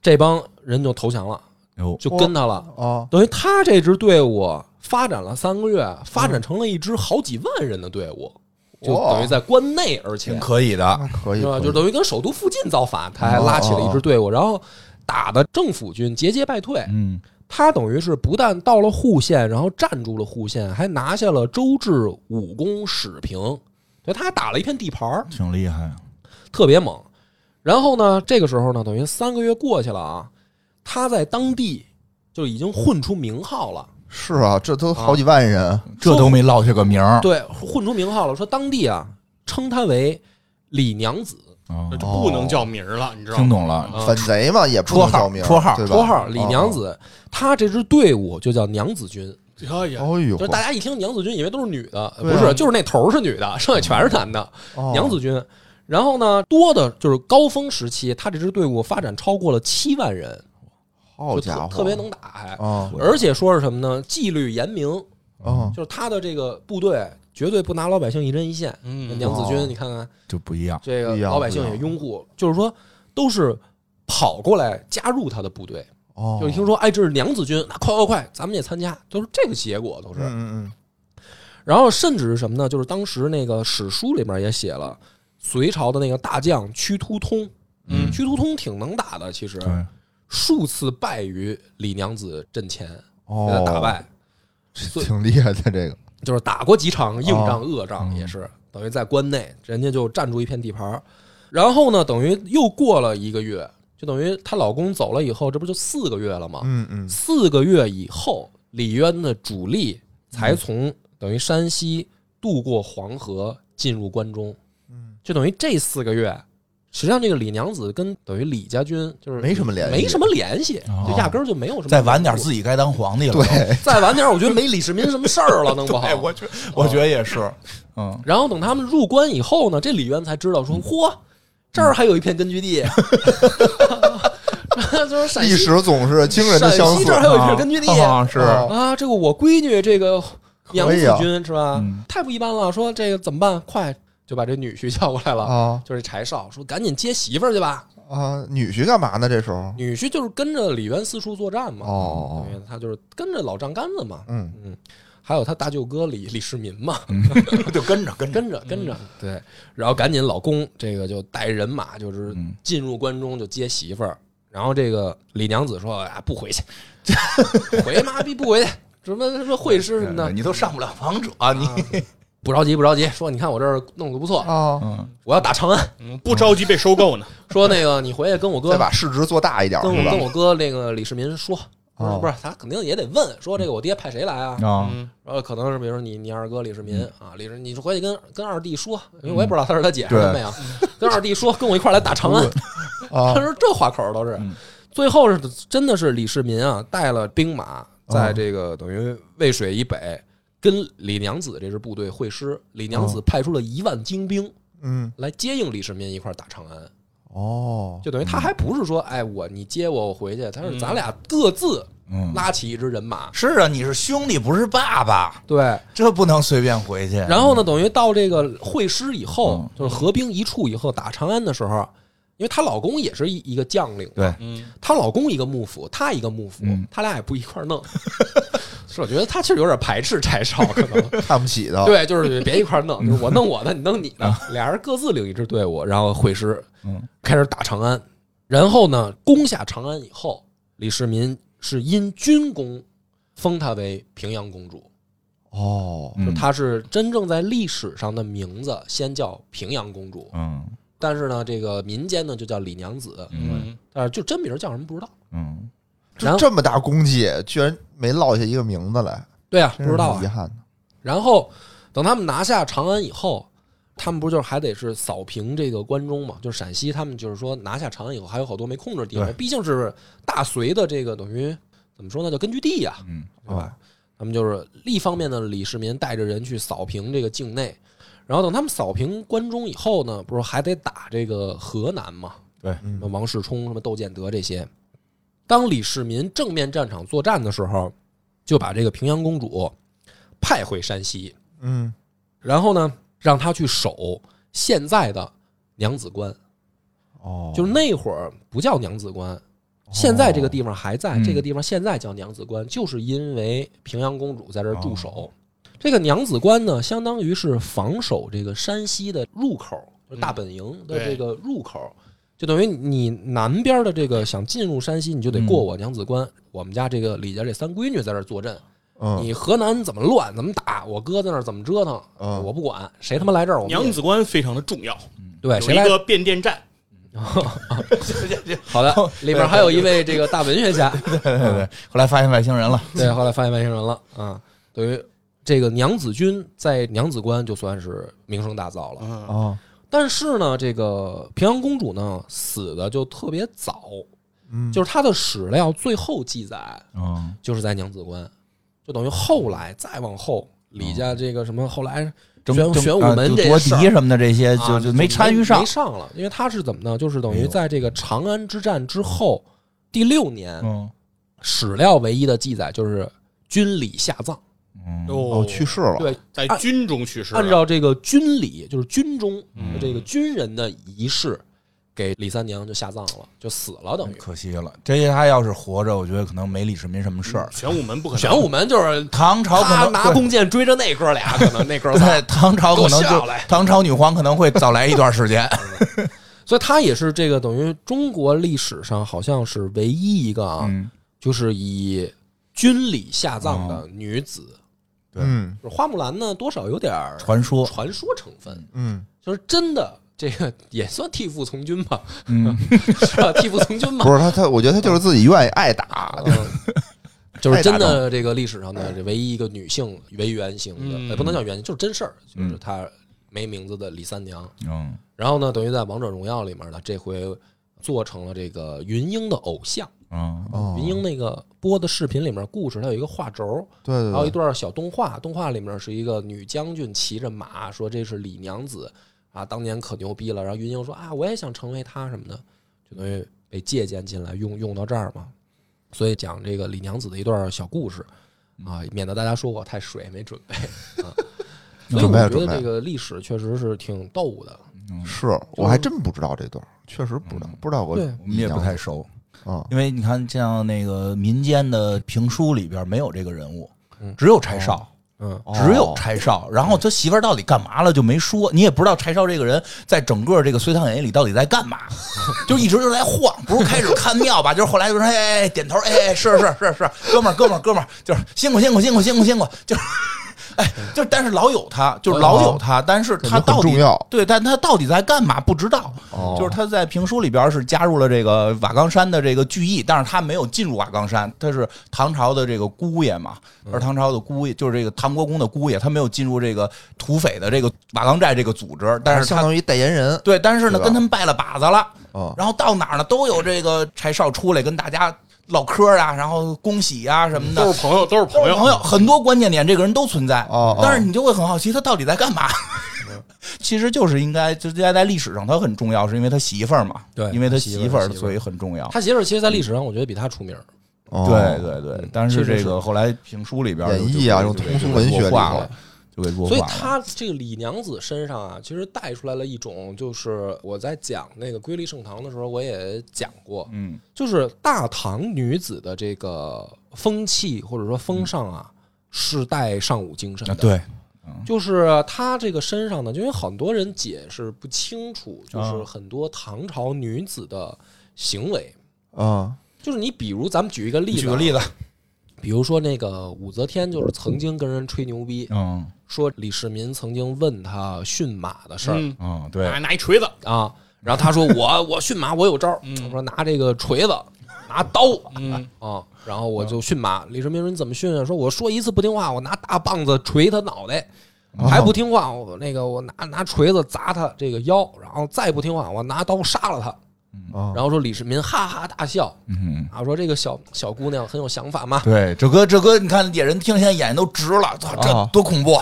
Speaker 2: 这帮人就投降了，
Speaker 1: 有
Speaker 2: 就跟他了。
Speaker 4: 啊，
Speaker 2: 等于他这支队伍发展了三个月，发展成了一支好几万人的队伍，就
Speaker 4: 哇
Speaker 2: 等于在关内，而且
Speaker 1: 挺可以的，
Speaker 4: 那啊可以，
Speaker 2: 是吧？
Speaker 4: 嗯可以啊
Speaker 2: 就等于跟首都附近造反，他还拉起了一支队伍，然后打的政府军节节败退。
Speaker 1: 嗯，
Speaker 2: 他等于是不但到了户县，然后站住了户县，还拿下了周至、武功、始平，对，他还打了一片地盘儿，
Speaker 1: 挺厉害，
Speaker 2: 特别猛。然后呢，这个时候呢，等于三个月过去了啊，他在当地就已经混出名号了。
Speaker 4: 是啊，这都好几万人，
Speaker 1: 这都没落下个名儿，
Speaker 2: 对，混出名号了。说当地啊，称他为李娘子，
Speaker 1: 哦
Speaker 3: 这就不能叫名儿了，你知道
Speaker 1: 听
Speaker 3: 吗？
Speaker 1: 懂了，
Speaker 3: 啊
Speaker 4: 反贼嘛也不
Speaker 1: 绰
Speaker 4: 能
Speaker 1: 号
Speaker 4: 叫名，
Speaker 1: 绰号
Speaker 4: 对吧？哦
Speaker 2: 绰号李娘子。他这支队伍就叫娘子军，
Speaker 3: 哎
Speaker 4: 啊，
Speaker 3: 呀，
Speaker 4: 哎呦，
Speaker 2: 就是大家一听娘子军，以为都是女的，
Speaker 4: 对
Speaker 2: (laughs)
Speaker 4: 啊
Speaker 2: 不是，就是那头儿是女的，剩下全是男的。
Speaker 4: 哦
Speaker 2: 娘子军。然后呢，多的就是高峰时期，他这支队伍发展超过了七万人，
Speaker 4: 好
Speaker 2: 就
Speaker 4: 家
Speaker 2: 特
Speaker 4: 伙，
Speaker 2: 特别能打，还
Speaker 4: 啊
Speaker 2: 而且说是什么呢？纪律严明，
Speaker 4: 啊！
Speaker 2: 就是他的这个部队绝对不拿老百姓一针一线。
Speaker 3: 嗯
Speaker 2: 娘子
Speaker 4: 哦
Speaker 2: 军，你看看
Speaker 1: 就不一样。
Speaker 2: 这个
Speaker 4: 不一样
Speaker 2: 老百姓
Speaker 4: 不一
Speaker 2: 也
Speaker 4: 样
Speaker 2: 拥护，就是说都是跑过来加入他的部队。
Speaker 4: 哦，
Speaker 2: 就一听说，哎，这是娘子军，那快快快，咱们也参加，都是这个结果，都是。
Speaker 4: 嗯嗯
Speaker 2: 然后甚至是什么呢？就是当时那个史书里面也写了，隋朝的那个大将屈突通，
Speaker 3: 嗯
Speaker 2: 屈突通挺能打的，其实
Speaker 1: 对，
Speaker 2: 数次败于李娘子阵前，
Speaker 4: 嗯，
Speaker 2: 被他
Speaker 4: 哦，
Speaker 2: 打败，
Speaker 4: 这挺厉害的这个，
Speaker 2: 就是打过几场硬仗、
Speaker 4: 哦
Speaker 2: 恶仗，也是等于在关内，人家就占住一片地盘儿。然后呢，等于又过了一个月，就等于她老公走了以后，这不就四个月了吗？
Speaker 4: 嗯嗯，
Speaker 2: 四个月以后，李渊的主力
Speaker 4: 嗯
Speaker 2: 才从等于山西渡过黄河进入关中，
Speaker 4: 嗯，
Speaker 2: 就等于这四个月，实际上这个李娘子跟等于李家军就是
Speaker 4: 没什么联系
Speaker 2: 没什么联系，
Speaker 1: 哦
Speaker 2: 就压根儿就没有什么。
Speaker 1: 再晚点，自己该当皇帝了。
Speaker 4: 对，
Speaker 2: 再晚点，我觉得没李世民什么事儿了，能
Speaker 4: (laughs)
Speaker 2: 不好？
Speaker 1: 哎，我觉我觉得也是，嗯， (laughs)
Speaker 2: 然后等他们入关以后呢，这李渊才知道说，
Speaker 4: 嗯
Speaker 2: 嚯，这儿还有一片根据地， (laughs) 就是陕
Speaker 4: 历
Speaker 2: 西
Speaker 4: 史总是惊人的相
Speaker 2: 陕西
Speaker 4: 似
Speaker 1: 哎
Speaker 2: 这儿还有一片根据地
Speaker 1: 啊是
Speaker 4: 啊
Speaker 2: 啊，这个我闺女这个娘
Speaker 4: 可以
Speaker 2: 子
Speaker 4: 啊
Speaker 2: 军是吧
Speaker 1: 嗯？
Speaker 2: 太不一般了，说这个怎么办？快就把这女婿叫过来了，
Speaker 4: 啊
Speaker 2: 就是柴少说赶紧接媳妇儿去吧。
Speaker 4: 啊！女婿干嘛呢？这时候
Speaker 2: 女婿就是跟着李渊四处作战嘛，
Speaker 4: 哦
Speaker 2: 因为他就是跟着老丈杆子嘛，
Speaker 4: 嗯
Speaker 2: 嗯，还有他大舅哥李李世民嘛，
Speaker 1: 就跟着跟着，
Speaker 2: 跟着跟着，对，然后赶紧老公这个就带人马，就是
Speaker 1: 嗯
Speaker 2: 进入关中就接媳妇儿，然后这个李娘子说啊不回去， (laughs) 回妈逼不回去，什么什么会师什么的，
Speaker 1: 你都上不了王者，你
Speaker 2: 不着急不着急，说你看我这儿弄得不错，
Speaker 4: 啊，
Speaker 1: 嗯，
Speaker 2: 我要打长安，
Speaker 3: 嗯，不着急被收购呢。
Speaker 2: 说那个你回去跟我哥
Speaker 4: 再把市值做大一点
Speaker 2: 跟我
Speaker 4: 是吧
Speaker 2: 跟？我哥那个李世民说，不是
Speaker 4: 哦
Speaker 2: 不是，他肯定也得问说这个我爹派谁来啊？
Speaker 1: 啊，
Speaker 3: 嗯，
Speaker 2: 然后可能是比如说你你二哥李世民
Speaker 4: 嗯
Speaker 2: 啊，李世你回去跟跟二弟说，因为我也不知道他是他姐还是他妹啊，跟二弟说跟我一块儿来打长安。
Speaker 4: 啊
Speaker 2: 他，说这话口儿都是。
Speaker 1: 嗯
Speaker 2: 最后是真的是李世民啊，带了兵马，在这个等于渭水以北，跟李娘子这支部队会师。李娘
Speaker 1: 啊
Speaker 2: 子派出了一万精兵
Speaker 4: 嗯，
Speaker 2: 来接应李世民一块儿打长安，
Speaker 4: 哦，
Speaker 2: 就等于
Speaker 1: 嗯
Speaker 2: 他还不是说，哎，我你接我，我回去，他是咱俩各自
Speaker 1: 嗯，
Speaker 2: 拉起一支人马。
Speaker 1: 是啊，你是兄弟不是爸爸，
Speaker 2: 对，
Speaker 1: 这不能随便回去。
Speaker 2: 然后呢，等于到这个会师以后
Speaker 1: 嗯，
Speaker 2: 就是合兵一处以后，打长安的时候，因为她老公也是一一个将领，
Speaker 1: 对，
Speaker 3: 嗯，
Speaker 2: 她老公一个幕府，她一个幕府
Speaker 1: 嗯，
Speaker 2: 他俩也不一块儿弄。 (laughs) 是，我觉得她确实有点排斥柴少，可能
Speaker 4: 看不起
Speaker 1: 哦
Speaker 4: 的，
Speaker 2: 对，就是别一块儿
Speaker 1: 嗯
Speaker 2: 弄，就是我弄我的，你弄你的，俩人各自领一支队伍，然后会师
Speaker 1: 啊嗯，
Speaker 2: 开始打长安。然后呢，攻下长安以后，李世民是因军功封她为平阳公主，
Speaker 4: 哦，
Speaker 1: 嗯
Speaker 2: 就她是真正在历史上的名字先叫平阳公主，
Speaker 1: 嗯
Speaker 2: 但是呢，这个民间呢就叫李娘子，
Speaker 1: 嗯
Speaker 3: 嗯，
Speaker 2: 但是就真名叫什么不知道。
Speaker 1: (laughs) 嗯，
Speaker 2: 然
Speaker 4: 这
Speaker 2: 后
Speaker 4: 这么大功绩，居然没落下一个名字来，
Speaker 2: 对啊，
Speaker 4: 真
Speaker 2: 不
Speaker 4: 是
Speaker 2: 知道啊
Speaker 4: 挺遗，憾的。
Speaker 2: 然后等他们拿下长安以后，他们不就是还得是扫平这个关中嘛？就是陕西，他们就是说拿下长安以后，还有好多没控制的地方，
Speaker 1: 对
Speaker 2: 毕竟是大隋的这个等于怎么说呢，叫根据地啊呀、
Speaker 1: 嗯，
Speaker 2: 对吧？他们就是一方面呢，李世民带着人去扫平这个境内，然后等他们扫平关中以后呢，不是还得打这个河南嘛？
Speaker 1: 对
Speaker 2: 什么王世充、什么窦建德这些。当李世民正面战场作战的时候，就把这个平阳公主派回山西，
Speaker 4: 嗯，
Speaker 2: 然后呢，让他去守现在的娘子关，
Speaker 4: 哦，
Speaker 2: 就是那会儿不叫娘子关，现在这个地方还在，
Speaker 4: 哦
Speaker 1: 嗯
Speaker 2: 这个地方现在叫娘子关，就是因为平阳公主在这儿
Speaker 4: 哦
Speaker 2: 驻守。这个娘子关呢，相当于是防守这个山西的入口，就是大本营的这
Speaker 3: 嗯对
Speaker 2: 个入口。就等于你南边的这个想进入山西，你就得过我娘子关。我们家这个李家这三闺女在这儿坐镇，
Speaker 4: 嗯，
Speaker 2: 你河南怎么乱怎么打，我哥在那儿怎么折腾，
Speaker 4: 嗯
Speaker 2: 我不管，谁他妈来这儿我们也
Speaker 3: 娘子关非常的重要，
Speaker 2: 对
Speaker 3: 有
Speaker 2: 哎谁
Speaker 3: 一
Speaker 2: 来
Speaker 3: 个变电站。
Speaker 2: 好
Speaker 4: (laughs)
Speaker 2: 的，里面还有一位这个大文学家，
Speaker 1: 对对对，后来发现外星人了，
Speaker 2: 对，后来发现外星人了啊，等于这个娘子军在娘子关就算是名声大噪了。
Speaker 3: 嗯，
Speaker 4: 哦，
Speaker 2: 但是呢，这个平阳公主呢死的就特别早，
Speaker 4: 嗯，
Speaker 2: 就是她的史料最后记载
Speaker 1: 嗯
Speaker 2: 就是在娘子关，就等于后来再往后，李家这个什么后来
Speaker 1: 争
Speaker 2: 选
Speaker 1: 争
Speaker 2: 选
Speaker 1: 哦啊
Speaker 2: 我们
Speaker 1: 就
Speaker 2: 这
Speaker 1: 夺
Speaker 2: 事儿
Speaker 1: 嫡什么的这些，
Speaker 2: 啊
Speaker 1: 就就没参与上
Speaker 2: 没。上了，因为他是怎么呢？就是等
Speaker 1: 哎
Speaker 2: 于
Speaker 1: 呦
Speaker 2: 在这个长安之战之后第六年，
Speaker 1: 嗯
Speaker 2: 史料唯一的记载就是军礼下葬。
Speaker 1: 嗯，
Speaker 4: 哦，去世了，
Speaker 2: 对，
Speaker 3: 在
Speaker 2: 按
Speaker 3: 军中去世的，
Speaker 2: 啊按照这个军礼，就是军中
Speaker 1: 嗯
Speaker 2: 这个军人的仪式，给李三娘就下葬了，就死了，等于。
Speaker 1: 嗯可惜了，这些他要是活着，我觉得可能没李世民什么事儿。
Speaker 3: 玄武门不可能，
Speaker 2: 玄武门就是
Speaker 1: 唐朝可
Speaker 2: 他
Speaker 1: 能 (laughs)
Speaker 2: 拿弓箭追着那哥俩，可 (laughs) 能那哥仨
Speaker 1: 对，唐朝可能
Speaker 2: 给我下
Speaker 1: 就
Speaker 2: 来
Speaker 1: 唐朝女皇可能会早来一段时间。
Speaker 2: 所以他也是这个等于中国历史上好像是唯一一个啊，
Speaker 1: 嗯，
Speaker 2: 就是以军礼下葬的女子。
Speaker 1: 对
Speaker 4: 嗯
Speaker 2: 就是花木兰呢，多少有点儿
Speaker 1: (laughs) 传说，
Speaker 2: 传说成分，
Speaker 4: 嗯，
Speaker 2: 就是真的这个也算替父从军吧，
Speaker 1: 嗯，
Speaker 2: (laughs) 是吧？替父从军嘛
Speaker 4: 不，是他他，我觉得他就是自己愿意爱打，
Speaker 2: (laughs) 嗯，就是真的这个历史上的这唯一一个女性为原型的，
Speaker 3: 嗯
Speaker 2: 也不能叫原型，就是真事儿，就是
Speaker 1: 嗯
Speaker 2: 她没名字的李三娘。
Speaker 1: 嗯，
Speaker 2: 然后呢，等于在王者荣耀里面呢，这回做成了这个云英的偶像。
Speaker 1: 嗯，
Speaker 4: 哦
Speaker 2: 云英那个播的视频里面故事，它有一个画轴，
Speaker 4: 对对
Speaker 2: 还有一
Speaker 4: 对，
Speaker 2: 段小动画，动画里面是一个女将军骑着马，说这是李娘子啊，当年可牛逼了。然后云英说啊，我也想成为她什么的，就等于被借鉴进来，用用到这儿嘛。所以讲这个李娘子的一段小故事啊，免得大家说我太水没准
Speaker 4: (laughs)
Speaker 2: 备啊。所以
Speaker 4: 准备
Speaker 2: 我
Speaker 4: 了
Speaker 2: 觉
Speaker 4: 准备
Speaker 2: 得
Speaker 4: 了
Speaker 2: 这个历史确实是挺逗的，
Speaker 4: 是我还真不知道这段，确实不知道，不知道我
Speaker 2: 对
Speaker 1: 我们也不太熟，
Speaker 4: 啊，
Speaker 1: 因为你看，像那个民间的评书里边没有这个人物
Speaker 2: 嗯，
Speaker 1: 只有柴少。
Speaker 2: 嗯，
Speaker 4: 哦
Speaker 1: 只有柴少，然后他媳妇儿到底干嘛了就没说，你也不知道柴少这个人在整个这个《隋唐演义》里到底在干
Speaker 4: (laughs)
Speaker 1: 嘛，就一直就在晃，不是开始看庙吧，就是后来就说哎哎点头，哎哎是是是是，哥们儿哥们儿哥们儿，就是辛苦辛苦辛苦辛苦辛苦，就是哎就但是老有他，就是老有他，但是他
Speaker 4: 感觉
Speaker 1: 到
Speaker 4: 哦很
Speaker 1: 底
Speaker 4: 重要
Speaker 1: 对，但他到底在干嘛不知道，
Speaker 4: 哦
Speaker 1: 就是他在评书里边是加入了这个瓦岗山的这个聚义，但是他没有进入瓦岗山，他是唐朝的这个姑爷嘛，
Speaker 4: 嗯
Speaker 1: 而唐朝的姑爷就是这个唐国公的姑爷，他没有进入这个土匪的这个瓦岗寨这个组织，但是
Speaker 4: 啊相
Speaker 1: 他。
Speaker 4: 当于代言人
Speaker 1: 对，但是呢，
Speaker 4: 对吧
Speaker 1: 跟他们拜了把子了，
Speaker 4: 啊，
Speaker 1: 然后到哪儿呢，都有这个柴少出来跟大家唠嗑啊，然后恭喜啊什么的，
Speaker 3: 都是朋友，都是朋
Speaker 1: 哦
Speaker 3: 友，
Speaker 1: 朋
Speaker 2: 嗯
Speaker 1: 友，很多关键点，这个人都存在。
Speaker 4: 哦哦
Speaker 1: 但是你就会很好奇，他到底在干嘛？ (laughs) 其实就是应该，就是在在历史上他很重要，是因为他媳妇儿嘛，
Speaker 2: 对
Speaker 1: 因为他
Speaker 2: 媳
Speaker 1: 媳
Speaker 2: 妇
Speaker 1: 妇
Speaker 2: 儿
Speaker 1: 儿，
Speaker 2: 媳妇儿
Speaker 1: 所以很重要。
Speaker 2: 他媳妇儿其实，在历史上我觉得比他出名儿，
Speaker 4: 哦
Speaker 1: 对对对，但是
Speaker 2: 确实
Speaker 1: 这
Speaker 2: 是
Speaker 1: 个后来评书里边
Speaker 4: 演绎啊，用通俗文学
Speaker 1: 弱
Speaker 4: 里
Speaker 1: 化
Speaker 4: 头
Speaker 1: 了，，就给弱化
Speaker 2: 所
Speaker 1: 了。
Speaker 2: 以他这个李娘子身上啊，其实带出来了一种，就是我在讲那个瑰丽盛唐的时候，我也讲过，
Speaker 1: 嗯
Speaker 2: 就是大唐女子的这个风气或者说风尚
Speaker 1: 嗯
Speaker 2: 啊，是带尚武精神
Speaker 1: 啊
Speaker 2: 的。，
Speaker 1: 对，
Speaker 2: 就是她这个身上呢，就因为很多人解释不清楚，就是很多唐朝女子的行为，
Speaker 4: 啊，
Speaker 2: 就是你比如咱们举一个例子，
Speaker 1: 举个例
Speaker 2: 子，比如说那个武则天，就是曾经跟人吹牛逼，
Speaker 1: 嗯
Speaker 2: 说李世民曾经问他驯马的事儿、
Speaker 3: 嗯，
Speaker 1: 嗯对
Speaker 3: 拿，拿一锤子，
Speaker 2: 啊，然后他说我我驯马我有招儿，
Speaker 3: 嗯
Speaker 2: 我说拿这个锤子，拿刀
Speaker 3: 嗯，
Speaker 2: 啊，然后我就驯马。李世民说你怎么驯啊？说我说一次不听话，我拿大棒子捶他脑袋，还不听话，我那个我拿拿锤子砸他这个腰，然后再不听话，我拿刀杀了他。
Speaker 4: 然
Speaker 2: 然后说李世民哈哈大笑
Speaker 1: 嗯。
Speaker 2: 啊，说这个小小姑娘很有想法嘛。
Speaker 1: 对，这哥，这哥，你看野人听现在眼睛都直了，操，这
Speaker 4: 啊
Speaker 1: 多恐怖！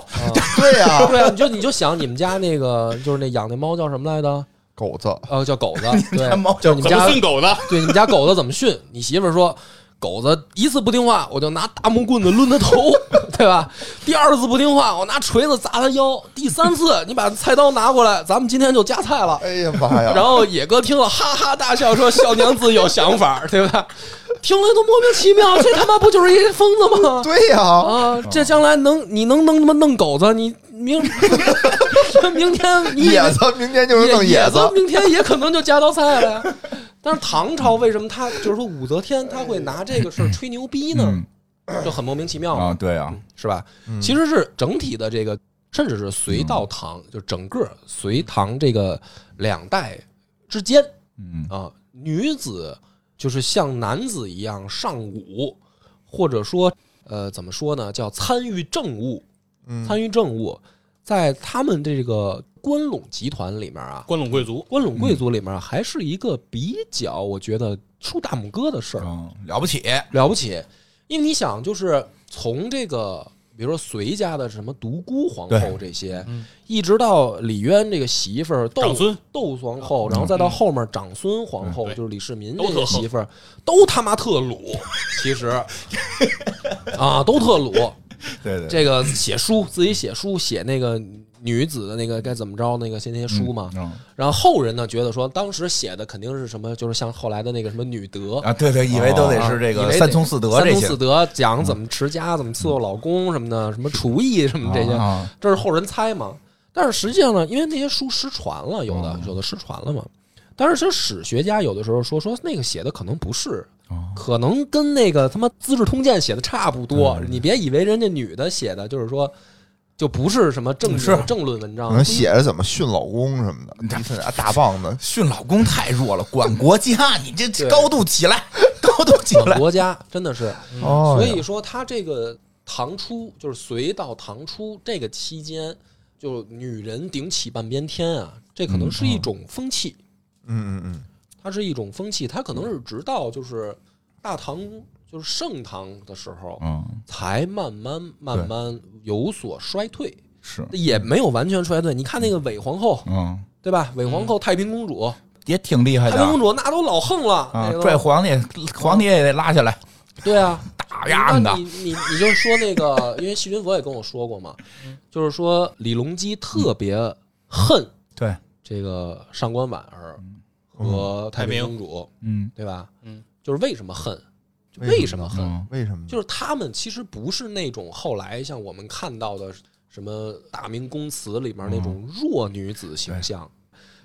Speaker 4: 对呀，
Speaker 2: 对啊，你就你就想你们家那个就是那养那猫叫什么来着？
Speaker 4: 狗子
Speaker 2: 呃，叫狗子，
Speaker 1: (laughs)
Speaker 2: 对
Speaker 1: 家猫，
Speaker 2: 就是你
Speaker 3: 怎
Speaker 2: 们
Speaker 3: 么
Speaker 2: 家嗯
Speaker 3: 训狗的？
Speaker 2: 对你们家狗子怎么训？你媳妇儿说，狗子一次不听话，我就拿大木棍子抡它头，对吧？ (laughs) 第二次不听话，我拿锤子砸它腰。第三次，你把菜刀拿过来，咱们今天就夹菜了。
Speaker 4: 哎呀妈呀！
Speaker 2: 然后野哥听了哈哈大笑，说：“小娘子有想法，对吧？”听了都莫名其妙，这他妈不就是一疯子吗？
Speaker 4: 对呀，
Speaker 2: 啊，这将来能你能能他妈弄狗子，你明 (laughs) 明天你以为
Speaker 4: 野子明天就是弄
Speaker 2: 野
Speaker 4: 子，
Speaker 2: 明天也可能就夹道菜了呀。但是唐朝为什么他就是说武则天他会拿这个事儿吹牛逼呢？就很莫名其妙嘛，
Speaker 1: 啊，对啊，
Speaker 2: 是吧？
Speaker 4: 嗯
Speaker 2: 其实是整体的这个，甚至是隋
Speaker 1: 嗯
Speaker 2: 到唐，就整个隋唐这个两代之间
Speaker 1: 嗯
Speaker 2: 啊，女子就是像男子一样尚武，或者说呃怎么说呢，叫参与政务，
Speaker 4: 嗯
Speaker 2: 参与政务，在他们这个关陇集团里面啊，
Speaker 3: 关陇贵族，
Speaker 2: 关陇贵族里面还是一个比较，我觉得竖大
Speaker 3: 啊
Speaker 2: 拇哥的事儿，
Speaker 1: 嗯，了不起，
Speaker 2: 了不起。因为你想，就是从这个比如说隋家的什么独孤皇
Speaker 1: 对
Speaker 2: 后这些，
Speaker 3: 嗯
Speaker 2: 一直到李渊这个媳妇儿窦
Speaker 3: 长孙嗯
Speaker 2: 窦皇后，然后再到后面长孙皇后，
Speaker 3: 嗯对
Speaker 2: 就是李世民
Speaker 3: 都
Speaker 2: 这
Speaker 3: 特
Speaker 2: 个
Speaker 3: 横
Speaker 2: 媳妇儿，都他妈特鲁，其
Speaker 3: (laughs)
Speaker 2: 实啊，都特鲁。
Speaker 1: 对对，
Speaker 2: 这个写书，自己写书，写那个女子的那个该怎么着那个些那些书嘛。
Speaker 1: 嗯
Speaker 2: 然后后人呢觉得说，当时写的肯定是什么，就是像后来的那个什么女德啊
Speaker 1: 啊，对对，以为都得是这
Speaker 2: 哦以
Speaker 1: 个
Speaker 2: 为得
Speaker 1: 三从四德
Speaker 2: 三
Speaker 1: 这
Speaker 2: 从
Speaker 1: 些嗯
Speaker 2: 四德讲怎么持家、怎么伺候老公什么的，什么厨艺什么这些，
Speaker 1: 啊
Speaker 2: 这是后人猜嘛。但是实际上呢，因为那些书失传了，有
Speaker 1: 嗯
Speaker 2: 的有的失传了嘛。但是其实史学家有的时候说说那个写的可能不是，
Speaker 1: 哦
Speaker 2: 可能跟那个他妈《资治通鉴》写的差不
Speaker 1: 嗯
Speaker 2: 多。你别以为人家女的写的就是说就不是什么政治
Speaker 1: 是
Speaker 2: 政论文
Speaker 4: 可
Speaker 2: 章，
Speaker 4: 能写着怎么训老公什么的，大大棒子，
Speaker 1: 训老公太弱了，管国家，你这
Speaker 2: 对
Speaker 1: 高度起来，高度起
Speaker 2: 管
Speaker 1: 来。
Speaker 2: 国家真的是。
Speaker 4: 哦
Speaker 2: 所以说，他这个唐初就是隋到唐初这个期间，就女人顶起半边天啊，这可能是一种风气，
Speaker 4: 嗯嗯嗯，
Speaker 2: 它是一种风气，它可能是直到就是大唐就是盛唐的时候，
Speaker 1: 嗯，
Speaker 2: 才慢慢慢慢有所衰退，
Speaker 1: 是，
Speaker 2: 也没有完全衰退。你看那个韦皇后，
Speaker 1: 嗯，
Speaker 2: 对吧？韦皇后、太平公主，
Speaker 1: 也挺厉害
Speaker 2: 太
Speaker 1: 的
Speaker 2: 平公主那都老横了，
Speaker 1: 啊
Speaker 2: 那个，都
Speaker 1: 拽皇帝，皇帝也得拉下来，
Speaker 2: 对啊，
Speaker 1: 打样
Speaker 2: 那
Speaker 1: 的
Speaker 2: 你你你就说那个，因为细菌佛也跟我说过嘛，就是说李隆基特别恨
Speaker 1: 对，
Speaker 2: 这个上官婉儿和太平公主，
Speaker 1: 嗯
Speaker 2: 对吧？
Speaker 3: 嗯，
Speaker 2: 就是为什么恨？就
Speaker 4: 为
Speaker 2: 为什么恨？
Speaker 1: 嗯，
Speaker 4: 为什么呢？
Speaker 2: 就是他们其实不是那种后来像我们看到的什么《大明宫词》里面那种弱女子形象。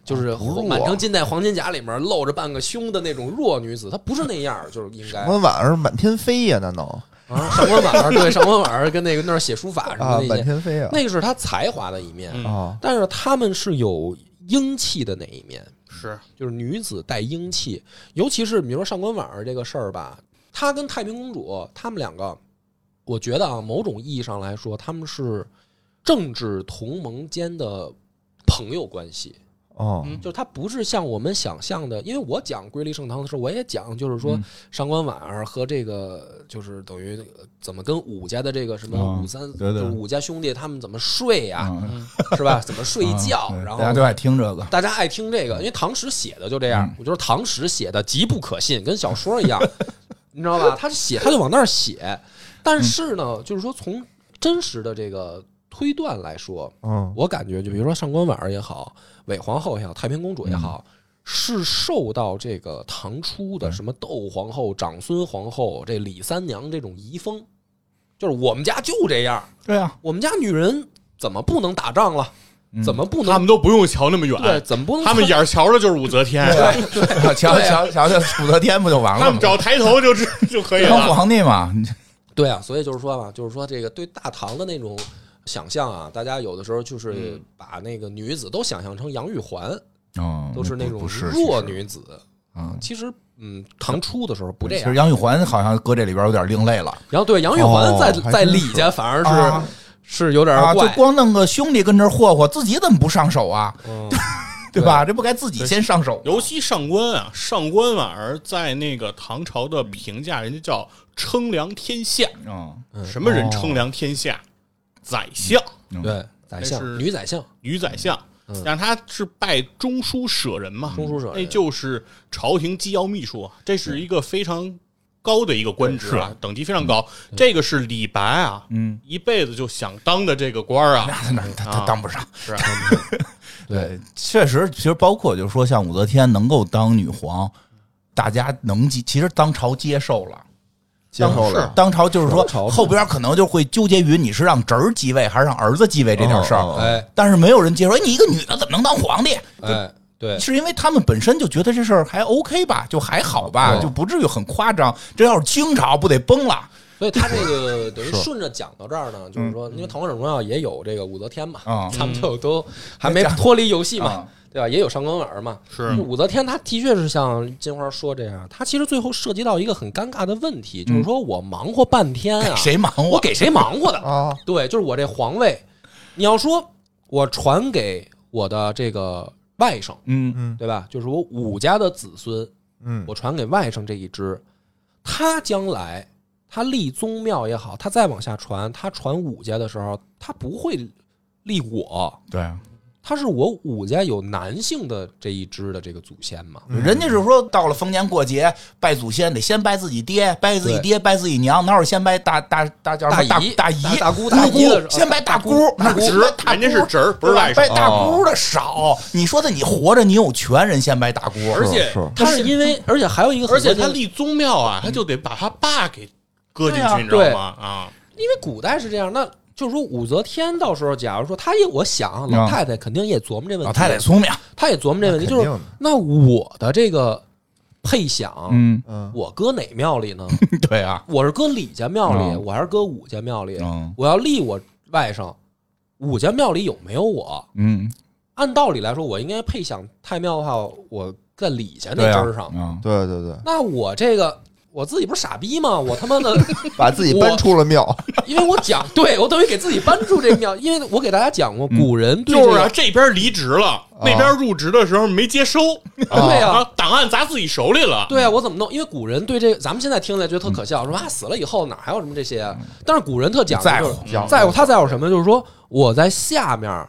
Speaker 2: 就是
Speaker 4: 不弱
Speaker 2: 满城尽带黄金甲里面露着半个胸的那种弱女子，她不是那样儿，就是应该
Speaker 4: 什么玩意儿满天飞呀？难道
Speaker 2: 啊，上官婉儿对上官婉儿跟那个那儿写书法什
Speaker 4: 啊
Speaker 2: 么的那
Speaker 4: 满
Speaker 2: 些，
Speaker 4: 天飞啊？
Speaker 2: 那个是他才华的一面，
Speaker 3: 嗯
Speaker 4: 啊，
Speaker 2: 但是他们是有英气的那一面，
Speaker 3: 是
Speaker 2: 就是女子带英气，尤其是比如说上官婉儿这个事儿吧，她跟太平公主她们两个，我觉得啊，某种意义上来说，他们是政治同盟间的朋友关系，
Speaker 4: 哦，
Speaker 3: 嗯
Speaker 2: 就是它不是像我们想象的，因为我讲瑰丽盛唐的时候，我也讲，就是说
Speaker 1: 嗯
Speaker 2: 上官婉儿和这个就是等于呃怎么跟武家的这个什么
Speaker 1: 啊
Speaker 2: 武三，
Speaker 1: 对对
Speaker 2: 就是武家兄弟他们怎么睡呀、
Speaker 1: 嗯
Speaker 2: 是吧？怎么睡觉
Speaker 1: 嗯，对大
Speaker 2: 然
Speaker 1: 家
Speaker 2: 后
Speaker 1: 都。爱听这个，
Speaker 2: 大家爱听这个，因为唐史写的就这
Speaker 1: 嗯
Speaker 2: 样，我觉得唐史写的极不可信，跟小说
Speaker 1: (laughs)
Speaker 2: 一样，你知道吧？他是写，他就往那儿写，但
Speaker 1: 嗯
Speaker 2: 是呢，就是说从真实的这个推断来说，
Speaker 4: 嗯，
Speaker 2: 我感觉，就比如说上官婉儿也好，韦皇后也好，太平公主也好，是受到这个唐初的什么窦皇后、长孙皇后、这李三娘这种遗风，就是我们家就这样，
Speaker 1: 对啊，
Speaker 2: 我们家女人怎么不能打仗了？怎么不
Speaker 3: 他
Speaker 2: 能？
Speaker 3: 们都不用瞧那么
Speaker 2: 对，
Speaker 3: 远，
Speaker 2: 怎么不能？
Speaker 3: 他们眼瞧着就是武则天，
Speaker 2: 啊
Speaker 1: 瞧瞧瞧瞧，武则天不就完了
Speaker 3: 他们
Speaker 1: 吗
Speaker 3: 只？要抬头就知 (laughs) 就可以
Speaker 1: 当
Speaker 3: 了。
Speaker 1: 皇帝嘛， (laughs) 你
Speaker 2: 对啊，所以就是说嘛，就是说这个对大唐的那种想象啊，大家有的时候就是把那个女子都想象成杨玉环，
Speaker 1: 哦，
Speaker 2: 都是那种
Speaker 1: 不是
Speaker 2: 弱女子。
Speaker 1: 啊。
Speaker 2: 其实，嗯，唐初的时候不这
Speaker 1: 其
Speaker 2: 样
Speaker 1: 实。杨玉环好像搁这里边有点另类了，
Speaker 2: 然后对杨玉环
Speaker 4: 哦
Speaker 2: 在、
Speaker 4: 还
Speaker 2: 在
Speaker 4: 真
Speaker 2: 李
Speaker 4: 是
Speaker 2: 家反而是、
Speaker 1: 啊
Speaker 2: 是有点
Speaker 1: 啊，就
Speaker 2: 怪，
Speaker 1: 光弄个兄弟跟这儿霍霍，自己怎么不上手啊？
Speaker 2: 嗯
Speaker 1: (laughs) 对吧？这不该自己先上手？
Speaker 3: 尤其上官啊，上官婉儿在那个唐朝的评价，人家叫称量天下。
Speaker 1: 嗯，
Speaker 3: 什么
Speaker 2: 哦
Speaker 3: 人称量天下？宰相，
Speaker 2: 对宰
Speaker 3: 那
Speaker 2: 相
Speaker 3: 是
Speaker 2: 女宰相
Speaker 3: 女宰相。但是他是拜中书舍人嘛，
Speaker 2: 嗯中书舍人
Speaker 3: 那就是朝廷机要秘书，啊这是一个非常高的一个官职啊，等级非常高。这个是李白啊，
Speaker 1: 嗯，
Speaker 3: 一辈子就想当的这个官儿啊，
Speaker 1: (laughs) 那那他他
Speaker 3: 啊
Speaker 1: 当不上。
Speaker 3: 是
Speaker 1: 对，确实，其实包括就是说，像武则天能够当女皇，大家能接，其实当朝接受了。
Speaker 4: 接受了，
Speaker 1: 当朝就是说
Speaker 2: 当朝，
Speaker 1: 后边可能就会纠结于你是让侄儿继位还是让儿子继位这件事
Speaker 4: 哦
Speaker 1: 儿，
Speaker 4: 哦
Speaker 2: 哎
Speaker 1: 但是没有人接受。哎，你一个女的怎么能当皇帝？
Speaker 2: 哎对
Speaker 1: 是因为他们本身就觉得这事儿还 OK 吧，就还好吧，
Speaker 4: 哦
Speaker 1: 就不至于很夸张。这要是清朝不得崩了
Speaker 2: 所以他这个等于顺着讲到这儿呢，就是说，因为《唐国荣耀》也有这个武则天嘛，
Speaker 1: 啊？
Speaker 2: 他们
Speaker 3: 嗯
Speaker 2: 就都还没脱离游戏嘛
Speaker 1: 啊，
Speaker 2: 对吧？也有上官婉儿嘛。
Speaker 3: 是
Speaker 2: 武则天她的确是像金花说这样，她其实最后涉及到一个很尴尬的问题，就是说我忙活半天啊，
Speaker 1: 谁忙
Speaker 2: 我
Speaker 1: 活？
Speaker 2: 给谁忙活的？
Speaker 4: 啊，
Speaker 2: 对，就是我这皇位，你要说我传给我的这个外甥，
Speaker 1: 嗯，
Speaker 4: 嗯
Speaker 2: 对吧？就是我武家的子孙，
Speaker 4: 嗯
Speaker 2: 我传给外甥这一支，他将来他立宗庙也好，他再往下传，他传武家的时候，他不会立我，
Speaker 1: 对，
Speaker 2: 他是我武家有男性的这一支的这个祖先嘛。
Speaker 1: 人家是说到了逢年过节拜祖先得先拜自己爹，拜自己爹，拜自己娘，哪有先拜大大大叫什么
Speaker 2: 大
Speaker 1: 大
Speaker 2: 姨
Speaker 1: 大姨
Speaker 2: 大姑大
Speaker 1: 大
Speaker 2: 姨的时候
Speaker 1: 先拜大姑，那
Speaker 3: 侄
Speaker 1: 侄大
Speaker 3: 人家是
Speaker 1: 姑
Speaker 3: 侄儿，不
Speaker 1: 对
Speaker 3: 是
Speaker 1: 吧
Speaker 3: 外甥哦
Speaker 1: 拜。大姑的少。你说的你活着你有权，人先拜大姑，
Speaker 3: 而且
Speaker 4: 是是
Speaker 2: 他是因为，而且还有一个很
Speaker 3: 而
Speaker 2: 关键
Speaker 3: 且
Speaker 2: 的，
Speaker 3: 他立宗庙啊，他就得把他爸给搁进
Speaker 1: 对啊
Speaker 3: 去，你知道吗？啊，
Speaker 2: 因为古代是这样，那就是说武则天到时候，假如说她也，我想老
Speaker 1: 嗯
Speaker 2: 太太肯定也琢磨这问题，
Speaker 1: 老太太聪明，
Speaker 2: 她也琢磨这问题，
Speaker 4: 那肯
Speaker 2: 就是
Speaker 4: 定的
Speaker 2: 那我的这个配享，
Speaker 1: 嗯，
Speaker 4: 嗯，
Speaker 2: 我搁哪庙里
Speaker 1: (laughs)
Speaker 2: 呢？
Speaker 1: 对啊，
Speaker 2: 我是搁李家庙里，
Speaker 1: 嗯
Speaker 2: 我还是搁武家庙里？
Speaker 1: 嗯
Speaker 2: 我要立我外甥，武家庙里有没有我？
Speaker 1: 嗯，
Speaker 2: 按道理来说，我应该配享太庙的话，我在李家那
Speaker 1: 对
Speaker 2: 根
Speaker 1: 啊
Speaker 2: 儿上。，
Speaker 1: 嗯
Speaker 4: 对对对，
Speaker 2: 那我这个我自己不是傻逼吗？我他妈的
Speaker 4: 把自己搬出了庙，
Speaker 2: 因为我讲，对我等于给自己搬出这个庙，因为我给大家讲过，古人
Speaker 1: 嗯
Speaker 2: 对这
Speaker 3: 就是啊，
Speaker 2: 个，
Speaker 3: 这边离职了，
Speaker 2: 哦
Speaker 3: 那边入职的时候没接收，
Speaker 2: 对呀
Speaker 3: 啊，档案砸自己手里了。
Speaker 2: 对啊，我怎么弄？因为古人对这个，咱们现在听起来觉得特可笑，说啊死了以后哪还有什么这些啊？但是古人特讲究
Speaker 1: 在乎
Speaker 2: 就是
Speaker 4: 讲究
Speaker 2: 在乎他在乎什么？就是说我在下面，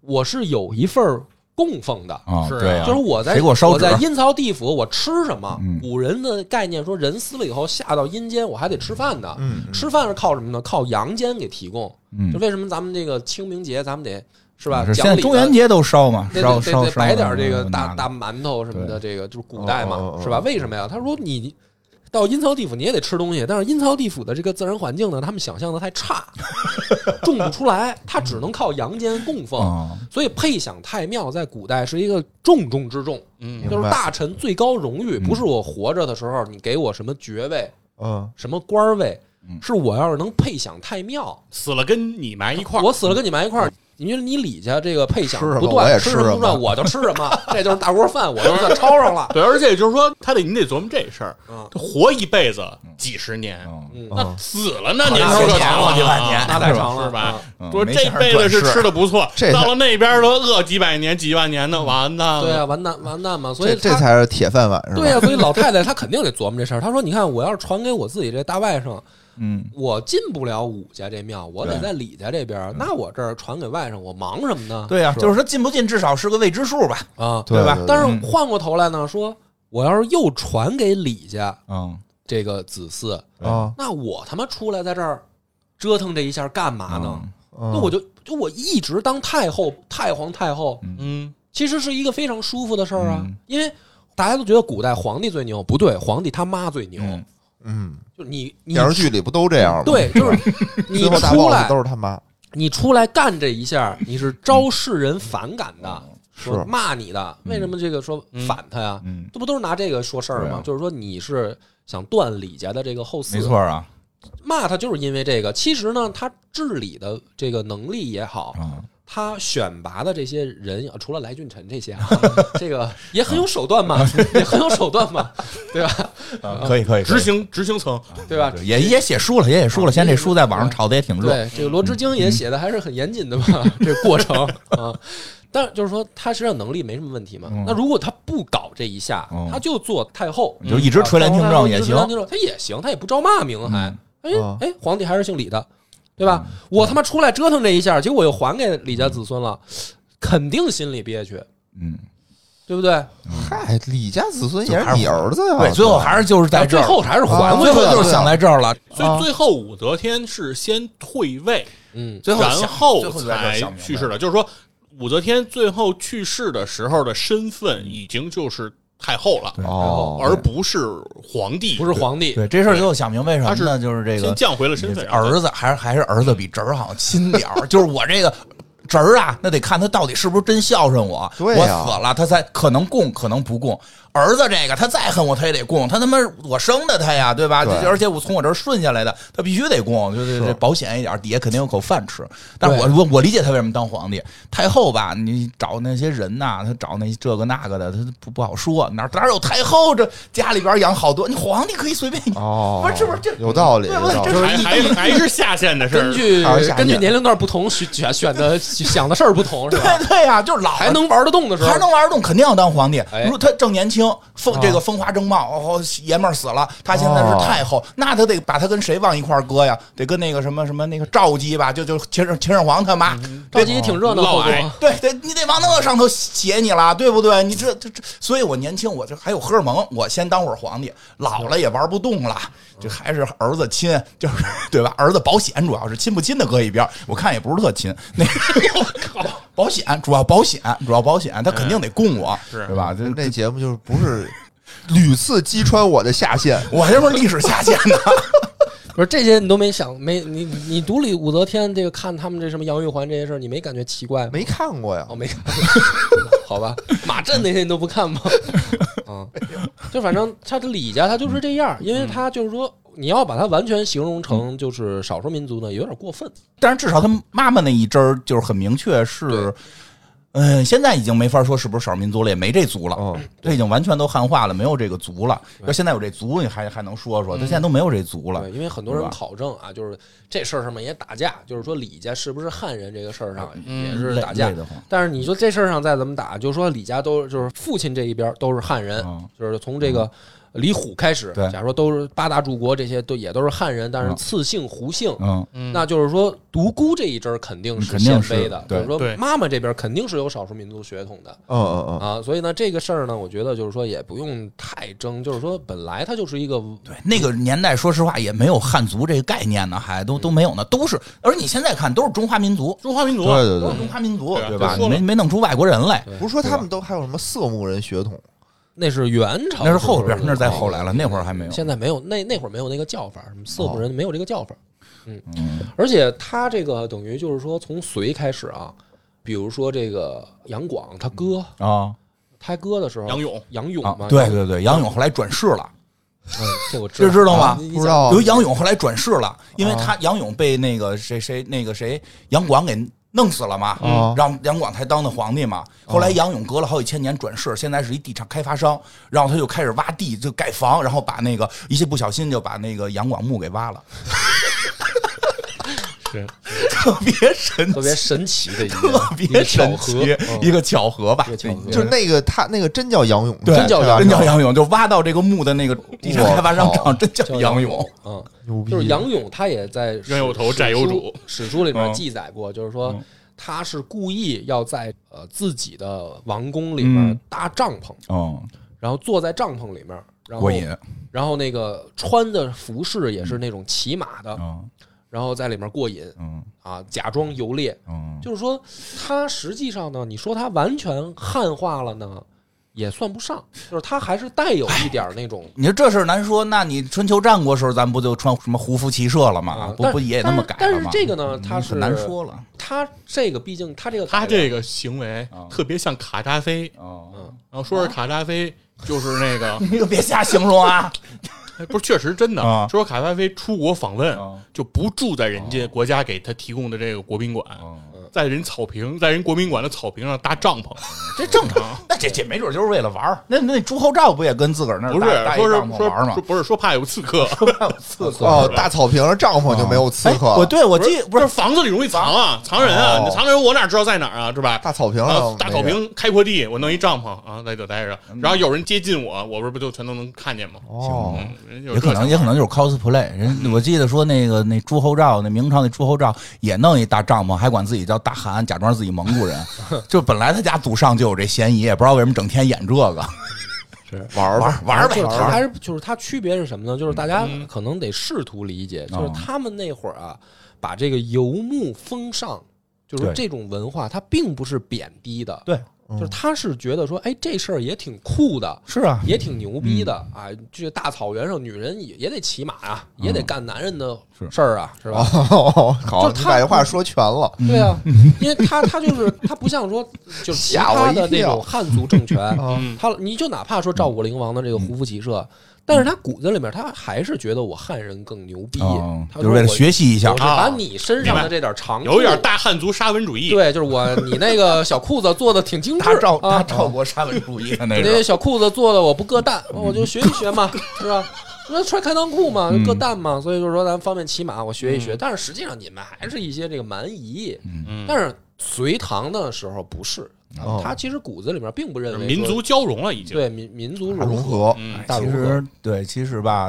Speaker 2: 我是有一份儿供奉的。
Speaker 1: 啊，
Speaker 3: 是啊
Speaker 1: 对啊，
Speaker 2: 就是我在
Speaker 1: 谁给我烧
Speaker 2: 在
Speaker 1: 纸
Speaker 2: 阴曹地府，我吃什么？
Speaker 1: 嗯
Speaker 2: 古人的概念说，人死了以后下到阴间，我还得吃饭呢。
Speaker 4: 嗯，嗯
Speaker 2: 吃饭是靠什么呢？靠阳间给提供。
Speaker 1: 嗯
Speaker 2: 这为什么咱们这个清明节，咱们得是
Speaker 1: 是
Speaker 2: 吧？
Speaker 1: 现
Speaker 2: 讲
Speaker 1: 在
Speaker 2: 理
Speaker 1: 中
Speaker 2: 的
Speaker 1: 元节都烧嘛，
Speaker 2: 得
Speaker 1: 烧
Speaker 2: 得
Speaker 1: 烧
Speaker 2: 得
Speaker 1: 烧
Speaker 2: 摆点这个
Speaker 1: 那
Speaker 2: 大
Speaker 1: 个啊
Speaker 2: 大馒头什么的，这个就是古代
Speaker 4: 哦
Speaker 2: 嘛
Speaker 4: 哦，哦
Speaker 2: 是吧？为什么呀？他说你到阴曹地府你也得吃东西，但是阴曹地府的这个自然环境呢，他们想象的太差， (laughs) 种不出来，他只能靠阳间供奉。
Speaker 1: 啊，
Speaker 2: 所以配享太庙在古代是一个重中之重，
Speaker 3: 嗯
Speaker 4: 明白
Speaker 2: 就是大臣最高荣誉，不是我活着的时候你给我什么爵位、
Speaker 4: 嗯，
Speaker 2: 什么官儿位
Speaker 1: 嗯，
Speaker 2: 是我要是能配享太庙，
Speaker 3: 死了跟你埋一块儿，
Speaker 2: 我死了跟你埋一块儿，你说你李家这个配享
Speaker 4: 吃什么
Speaker 2: 不断，
Speaker 4: 我也
Speaker 2: 吃
Speaker 4: 吃
Speaker 2: 什么不
Speaker 4: 什么
Speaker 2: 断，我就吃什
Speaker 4: (laughs)
Speaker 2: 么，这就是大锅饭，我就算抄上了。
Speaker 3: (laughs) 对，而且就是说，他得你得琢磨这事儿
Speaker 2: 嗯，
Speaker 3: 他活一辈子几十年，
Speaker 1: 嗯
Speaker 2: 嗯，
Speaker 3: 那死了那
Speaker 1: 那
Speaker 3: 年
Speaker 1: 是
Speaker 3: 头可
Speaker 1: 钱了
Speaker 3: 长了啊
Speaker 1: 几万年
Speaker 2: 那太长了
Speaker 3: 是吧？
Speaker 1: 嗯
Speaker 3: 说
Speaker 1: 没
Speaker 3: 这
Speaker 1: 钱儿
Speaker 3: 辈
Speaker 1: 赚
Speaker 3: 子是
Speaker 1: 事
Speaker 3: 吃的不错，
Speaker 4: 这
Speaker 3: 到了那边都饿几百年、几万年的，
Speaker 1: 嗯
Speaker 3: 完了。
Speaker 2: 对啊，，完蛋完蛋嘛，所
Speaker 4: 这
Speaker 2: 以
Speaker 4: 这
Speaker 2: 他
Speaker 4: 才是铁饭碗是吧？
Speaker 2: 对啊，所以老太太她肯定得琢磨这事儿。她说：“你看，我要是传给我自己这大外甥，
Speaker 1: 嗯，
Speaker 2: 我进不了武家这庙，我得
Speaker 1: 对
Speaker 2: 在李家这
Speaker 4: 嗯
Speaker 2: 边儿。那我这儿传给外甥，我忙什么呢？
Speaker 1: 对呀，啊就是说进不进至少是个未知数吧，
Speaker 2: 啊，
Speaker 4: 对
Speaker 1: 吧
Speaker 2: 但
Speaker 1: 嗯
Speaker 2: 是换过头来呢，说我要是又传给李家
Speaker 1: 嗯，
Speaker 2: 这个子嗣，
Speaker 4: 啊，
Speaker 2: 那我他妈出来在这儿折腾这一下干嘛
Speaker 4: 嗯
Speaker 2: 呢？那
Speaker 4: 那
Speaker 2: 我就就我一直当太后、太皇、太后，
Speaker 3: 嗯，
Speaker 2: 其实是一个非常舒服的事儿啊。
Speaker 1: 嗯
Speaker 2: 因为大家都觉得古代皇帝最牛，不对，皇帝他妈最牛。
Speaker 1: 嗯
Speaker 4: 嗯，
Speaker 2: 就你你
Speaker 4: 电视剧里不都这样吗？
Speaker 2: 对，
Speaker 4: (laughs)
Speaker 2: 就是你
Speaker 4: 最后大
Speaker 2: 出
Speaker 4: boss
Speaker 2: 来
Speaker 4: 都，是他妈，
Speaker 2: 你出来干这一下，你是招世人反感的，
Speaker 4: 是
Speaker 2: 说骂你的。为什么这个说反他呀？
Speaker 1: 嗯，
Speaker 2: 这不都是拿这个说事儿
Speaker 1: 对啊？
Speaker 2: 吗就是说你是想断李家的这个后嗣，
Speaker 1: 没错啊，
Speaker 2: 骂他就是因为这个。其实呢，他治理的这个能力也好，
Speaker 1: 啊，
Speaker 2: 他选拔的这些人，呃除了来俊臣这些
Speaker 1: (laughs)
Speaker 2: 啊，这个也很有手段嘛，
Speaker 1: 啊
Speaker 2: (laughs) 也很有手段嘛，对吧？
Speaker 1: 可以可以，可以
Speaker 3: 执行执行层，
Speaker 2: 对吧？
Speaker 1: 对也也写书了，也写书了，现在这书在网上炒的也挺热，
Speaker 2: 对，这个罗织经
Speaker 1: 嗯
Speaker 2: 也写的还是很严
Speaker 1: (laughs)
Speaker 2: 谨的嘛，这个过程啊。但就是说，他实际上能力没什么问题嘛。
Speaker 1: 嗯
Speaker 2: 那如果他不搞这一下，
Speaker 1: 嗯
Speaker 2: 他就做太后，
Speaker 1: 你就一直垂帘听政也行
Speaker 2: 啊，他也行，他也不招骂名，还
Speaker 1: 嗯
Speaker 2: 哎
Speaker 4: 啊
Speaker 2: 哎，皇帝还是姓李的，对吧？我他妈出来折腾这一下，结果又还给李家子孙了，肯定心里憋屈，
Speaker 1: 嗯，
Speaker 2: 对不对？
Speaker 4: 嗨，李家子孙也是你儿子啊呀，
Speaker 1: 对，最后还是就是在这
Speaker 2: 最
Speaker 1: 儿，
Speaker 2: 后还是还
Speaker 4: 啊
Speaker 2: 回
Speaker 1: 最
Speaker 2: 来
Speaker 1: 后
Speaker 2: 了
Speaker 1: 就是想在这儿了，
Speaker 3: 所以最后武则天是先退位，
Speaker 2: 嗯，
Speaker 1: 最后想
Speaker 3: 然后
Speaker 1: 最后就在这儿
Speaker 3: 才
Speaker 1: 想明白
Speaker 3: 去世的。就是说，武则天最后去世的时候的身份
Speaker 1: 嗯
Speaker 3: 已经就是太后了，
Speaker 4: 哦，
Speaker 3: 而不是皇帝，
Speaker 2: 不是皇帝，
Speaker 1: 对这事儿最后想明白什么
Speaker 3: 他是
Speaker 1: 呢？就是这个
Speaker 3: 先降回了身份，然后再
Speaker 1: 儿子还是还是儿子比侄儿好像亲点儿， (laughs) 就是我这个。侄儿啊，那得看他到底是不是真孝顺我。
Speaker 4: 对呀
Speaker 1: 我死了，他才可能供，可能不供。儿子这个，他再恨我，他也得供。他他妈我生的他呀，对吧？
Speaker 4: 对
Speaker 1: 而且我从我这儿顺下来的，他必须得供，就是这保险一点，底下肯定有口饭吃。但我我我理解他为什么当皇帝。太后吧，你找那些人呐、他找那这个那个的，他不不好说。哪哪有太后这家里边养好多？你皇帝可以随便养，
Speaker 4: 哦，
Speaker 1: 不是是不是这
Speaker 4: 有道理？
Speaker 1: 对
Speaker 4: 有
Speaker 1: 不对
Speaker 4: 道理
Speaker 1: 这
Speaker 3: 还还还是下线的事儿
Speaker 1: 啊
Speaker 2: 根。据
Speaker 4: 还是下
Speaker 2: 根据
Speaker 4: 面
Speaker 2: 年龄段不同选选选的想的事儿不同是吧？
Speaker 1: (laughs) 对对呀、就是老了
Speaker 2: 还能玩得动的时候，
Speaker 1: 还能玩得动，肯定要当皇帝。
Speaker 2: 哎
Speaker 1: 如果他正年轻，风
Speaker 2: 啊哦
Speaker 1: 这个风华正茂，哦，爷们儿死了，他现在是太后，那他得把他跟谁往一块儿搁呀？得跟那个什么什么那个赵姬吧，就就秦始秦始皇他妈。
Speaker 2: 着急挺热闹，
Speaker 3: 老
Speaker 2: 后宫
Speaker 3: 矮
Speaker 1: 对对，你得往那个上头写你了，对不对？你这这这，所以我年轻，我这还有荷尔蒙，我先当会儿皇帝，老了也玩不动了，这还是儿子亲，就是对吧？儿子保险主要是亲不亲的搁一边儿，我看也不是特亲。那个 (laughs) 保险主要保险主要保险，他肯定得供我，
Speaker 3: 是
Speaker 1: 对吧？这
Speaker 4: 这节目就是不是屡次击穿我的下限，
Speaker 1: 我这不是历史下限呢， (laughs)
Speaker 2: 不是这些你都没想没你你你独立武则天这个看他们这什么杨玉环这些事儿，你没感觉奇怪吗？
Speaker 4: 没看过呀
Speaker 2: 哦，。没看， (laughs) 好吧，马震那些你都
Speaker 1: (laughs)
Speaker 2: 不看吗？嗯，就反正他的李家他就是这样，因
Speaker 1: 嗯
Speaker 2: 为他就是说你要把他完全形容成就是少数民族呢，有点过分。
Speaker 1: 但是至少他妈妈那一支儿就是很明确是
Speaker 2: 对。
Speaker 1: 嗯，现在已经没法说是不是少数民族了，也没这族了。
Speaker 4: 嗯，
Speaker 1: 这已经完全都汉化了，没有这个族了。要现在有这族，你还还能说说？他现在都没有这族了
Speaker 2: 对，。因为很多人考证啊，就是这事儿上面也打架，就是说李家是不是汉人这个事儿上也是
Speaker 1: 累
Speaker 2: 打架
Speaker 1: 嗯累。得慌
Speaker 2: 但是你说这事儿上再怎么打，就说李家都就是父亲这一边都是汉人，
Speaker 1: 嗯
Speaker 2: 就是从这个李虎开始，
Speaker 1: 对
Speaker 2: 假如说都是八大柱国这些都也都是汉人，但是
Speaker 1: 嗯
Speaker 2: 次姓胡姓，
Speaker 1: 嗯，
Speaker 2: 那就是说独孤这一支儿肯定是
Speaker 1: 肯定
Speaker 2: 鲜
Speaker 1: 是
Speaker 2: 卑的，
Speaker 1: 对
Speaker 2: 就是说
Speaker 3: 对
Speaker 2: 妈妈这边肯定是有少数民族血统的
Speaker 4: 嗯嗯嗯，
Speaker 2: 啊，所以呢这个事儿呢，我觉得就是说也不用太争，就是说本来它就是一个
Speaker 1: 对，那个年代说实话也没有汉族这个概念呢，还都都没有呢，都是。而你现在看都是中华民族，
Speaker 3: 中华民族
Speaker 4: 对
Speaker 1: 都
Speaker 4: 对对
Speaker 1: 是，中华民族
Speaker 3: 对，啊
Speaker 1: 对吧？
Speaker 3: 就说
Speaker 1: 你
Speaker 3: 了
Speaker 1: 没没弄出外国人来，
Speaker 4: 不是说他们都还有什么色目人血统？
Speaker 2: 那是元朝，
Speaker 1: 那是后边，那是再后来了，那会儿还没有。
Speaker 2: 哦
Speaker 1: 哦
Speaker 2: 现在没有那那会儿没有那个叫法，什么色目人没有这个叫法。嗯，而且他这个等于就是说从隋开始啊，比如说这个杨广他哥，
Speaker 1: 啊
Speaker 2: 他哥的时候，
Speaker 3: 杨勇
Speaker 2: 杨勇
Speaker 1: 啊
Speaker 2: 嘛，，
Speaker 1: 对，对对，杨勇后来转世了。
Speaker 2: 嗯这我
Speaker 1: 这知道吗
Speaker 2: 啊你你
Speaker 4: 不知道
Speaker 2: 讲
Speaker 1: 由杨勇后来转世了，因为他杨勇被那个谁谁那个谁杨广给弄死了嘛，
Speaker 4: 嗯
Speaker 1: 让杨广才当的皇帝嘛。后来杨勇隔了好几千年转世，现在是一地产开发商，然后他就开始挖地就盖房，然后把那个一些不小心就把那个杨广墓给
Speaker 2: (laughs)
Speaker 1: 挖了，
Speaker 3: 是
Speaker 1: 特别神
Speaker 2: 特
Speaker 1: 奇，
Speaker 2: 别神奇的一
Speaker 1: (laughs)
Speaker 2: 个
Speaker 1: 特
Speaker 2: 一个
Speaker 1: 别
Speaker 2: 巧
Speaker 1: 神
Speaker 2: 合嗯
Speaker 1: 奇，嗯一个巧合吧
Speaker 2: 一个，巧合嗯
Speaker 4: 就是那个他那个真叫杨勇，
Speaker 1: 对，啊
Speaker 2: 真叫
Speaker 1: 真
Speaker 4: 真
Speaker 1: 叫
Speaker 4: 勇，
Speaker 1: 杨勇，就挖到这个墓的那个地产开发商厂，真叫
Speaker 2: 叫
Speaker 1: 杨
Speaker 2: 勇
Speaker 1: 勇。，
Speaker 2: 嗯，
Speaker 4: 牛逼！
Speaker 2: 就是杨勇，他也在
Speaker 3: 冤有头债有主
Speaker 2: 史书史书里面
Speaker 1: 嗯
Speaker 2: 记载过，就是说
Speaker 1: 嗯
Speaker 2: 他是故意要在呃自己的王宫里面
Speaker 1: 嗯
Speaker 2: 搭帐篷，
Speaker 1: 哦，
Speaker 2: 然后坐在帐篷里面，然后啊
Speaker 1: 过瘾
Speaker 2: 然后那个穿的服饰也是那种骑马的，
Speaker 1: 嗯
Speaker 2: 然后在里面过瘾
Speaker 1: 嗯
Speaker 2: 啊，假装游猎。
Speaker 1: 嗯，
Speaker 2: 就是说，他实际上呢，你说他完全汉化了呢，也算
Speaker 1: (laughs)
Speaker 2: 不上，就是他还是带有一点儿那种
Speaker 1: 你说这事儿难说，那你春秋战国时候，咱不就穿什么胡服骑射了吗？啊不
Speaker 2: 啊呃但
Speaker 1: 不也那么改
Speaker 2: 但
Speaker 1: 了
Speaker 2: 是但
Speaker 1: 吗？嗯
Speaker 2: 是这个呢，他是
Speaker 1: 很难，说了。
Speaker 2: 他这个毕竟他这个改
Speaker 3: 他
Speaker 2: 良
Speaker 3: 这个行为
Speaker 1: 啊
Speaker 3: 特别像卡扎菲，
Speaker 1: 哦， (laughs)
Speaker 3: 然后说是卡扎菲，就是那个
Speaker 1: 你可别瞎形容啊！
Speaker 3: 哎不是确实真的
Speaker 1: 啊，
Speaker 3: 说卡扎菲出国访问
Speaker 1: 啊
Speaker 3: 就不住在人家国家给他提供的这个国宾馆，
Speaker 1: 啊
Speaker 3: 在人草坪，在人国宾馆的草坪上搭帐
Speaker 1: 啊
Speaker 3: 篷，
Speaker 1: 这正常，那这这没准就是为了玩儿。那那朱厚照不也跟自个儿那儿
Speaker 3: 不是
Speaker 1: 搭搭一
Speaker 3: 说是
Speaker 1: 帐篷
Speaker 3: 说
Speaker 1: 玩儿吗
Speaker 3: 说？不是说怕有刺
Speaker 1: (laughs)
Speaker 3: 客，
Speaker 1: 刺客
Speaker 4: 哦，大草坪上帐篷就没有刺客
Speaker 1: 哎
Speaker 4: 了，
Speaker 1: 我对我
Speaker 3: 不
Speaker 1: 记
Speaker 3: 是
Speaker 1: 不
Speaker 3: 这
Speaker 1: 是
Speaker 3: 房子里容易藏啊，藏人啊，
Speaker 4: 哦
Speaker 3: 你藏人我哪知道在哪儿啊，是吧？
Speaker 4: 大草坪
Speaker 3: 啊
Speaker 4: 上，
Speaker 3: 大草坪开阔地，我弄一帐篷啊，在这待着，
Speaker 1: 嗯
Speaker 3: 然后有人接近我，我不是不就全都能看见吗？
Speaker 4: 哦，
Speaker 3: 嗯，人有
Speaker 1: 也可
Speaker 3: 这
Speaker 1: 能也可能就是 cosplay。人我记得说那个那朱厚照，那明朝那朱厚照也弄一大帐篷，还管自己叫大汗，假装自己蒙古人。就本来他家祖上就有这嫌疑，也不知道为什么整天演这个
Speaker 4: 嗯玩儿
Speaker 1: 玩
Speaker 4: 吧
Speaker 1: 儿，玩儿呗
Speaker 2: 就是
Speaker 1: 玩儿呗。
Speaker 2: 还是就是它区别是什么呢？就是大家可能得试图理解，就是他们那会儿啊，把这个游牧风尚，就是说
Speaker 1: 对
Speaker 2: 这种文化，它并不是贬低的，
Speaker 1: 对，
Speaker 2: 就是他是觉得说，哎，这事儿也挺酷的。
Speaker 1: 是啊，
Speaker 2: 也挺牛逼的啊！这大草原上，女人也也得骑马啊，也得干男人的事儿啊，是吧？
Speaker 4: 哦， (laughs) 好，
Speaker 2: 就
Speaker 4: 你
Speaker 2: 他
Speaker 4: 把这话说全了。
Speaker 2: 对啊，因为他他就是他不像说就是其
Speaker 4: 吓我
Speaker 2: 他
Speaker 4: 一
Speaker 2: 的那
Speaker 4: 跳
Speaker 2: 种汉族政权，
Speaker 3: 嗯
Speaker 2: 他你就哪怕说赵武灵王的这个
Speaker 1: 嗯
Speaker 2: 胡服骑射，但是他骨子里面他还是觉得我汉人更牛逼
Speaker 1: 哦，
Speaker 2: 他
Speaker 1: 就
Speaker 2: 说
Speaker 1: 是为了
Speaker 2: 我
Speaker 1: 学习一下
Speaker 2: 我是。
Speaker 3: 啊
Speaker 2: 把你身上的这点长处，
Speaker 3: 有点大汉族沙文主义，
Speaker 2: 对，就是我你那个小裤子做的挺精致，
Speaker 1: 他赵他
Speaker 2: 啊，
Speaker 1: 赵国沙文主义的 (laughs) 那嗯
Speaker 2: 你
Speaker 1: 个
Speaker 2: 那，小裤子做的我不硌蛋，我就学一学
Speaker 1: (laughs)
Speaker 2: 嘛，是吧？那穿开裆裤
Speaker 1: 嗯
Speaker 2: 嘛，硌蛋嘛，所以就是说咱方便骑马，我学一学。但是实际上你们还是一些这个蛮夷，
Speaker 3: 嗯
Speaker 2: 但是隋唐的时候不是，
Speaker 4: 哦
Speaker 2: 他其实骨子里面并不认为说
Speaker 3: 民族交融了已经。
Speaker 2: 对民民族
Speaker 4: 融
Speaker 2: 融合。
Speaker 4: 合，
Speaker 3: 嗯，
Speaker 2: 大
Speaker 1: 其
Speaker 2: 融合
Speaker 1: 实对，其实吧，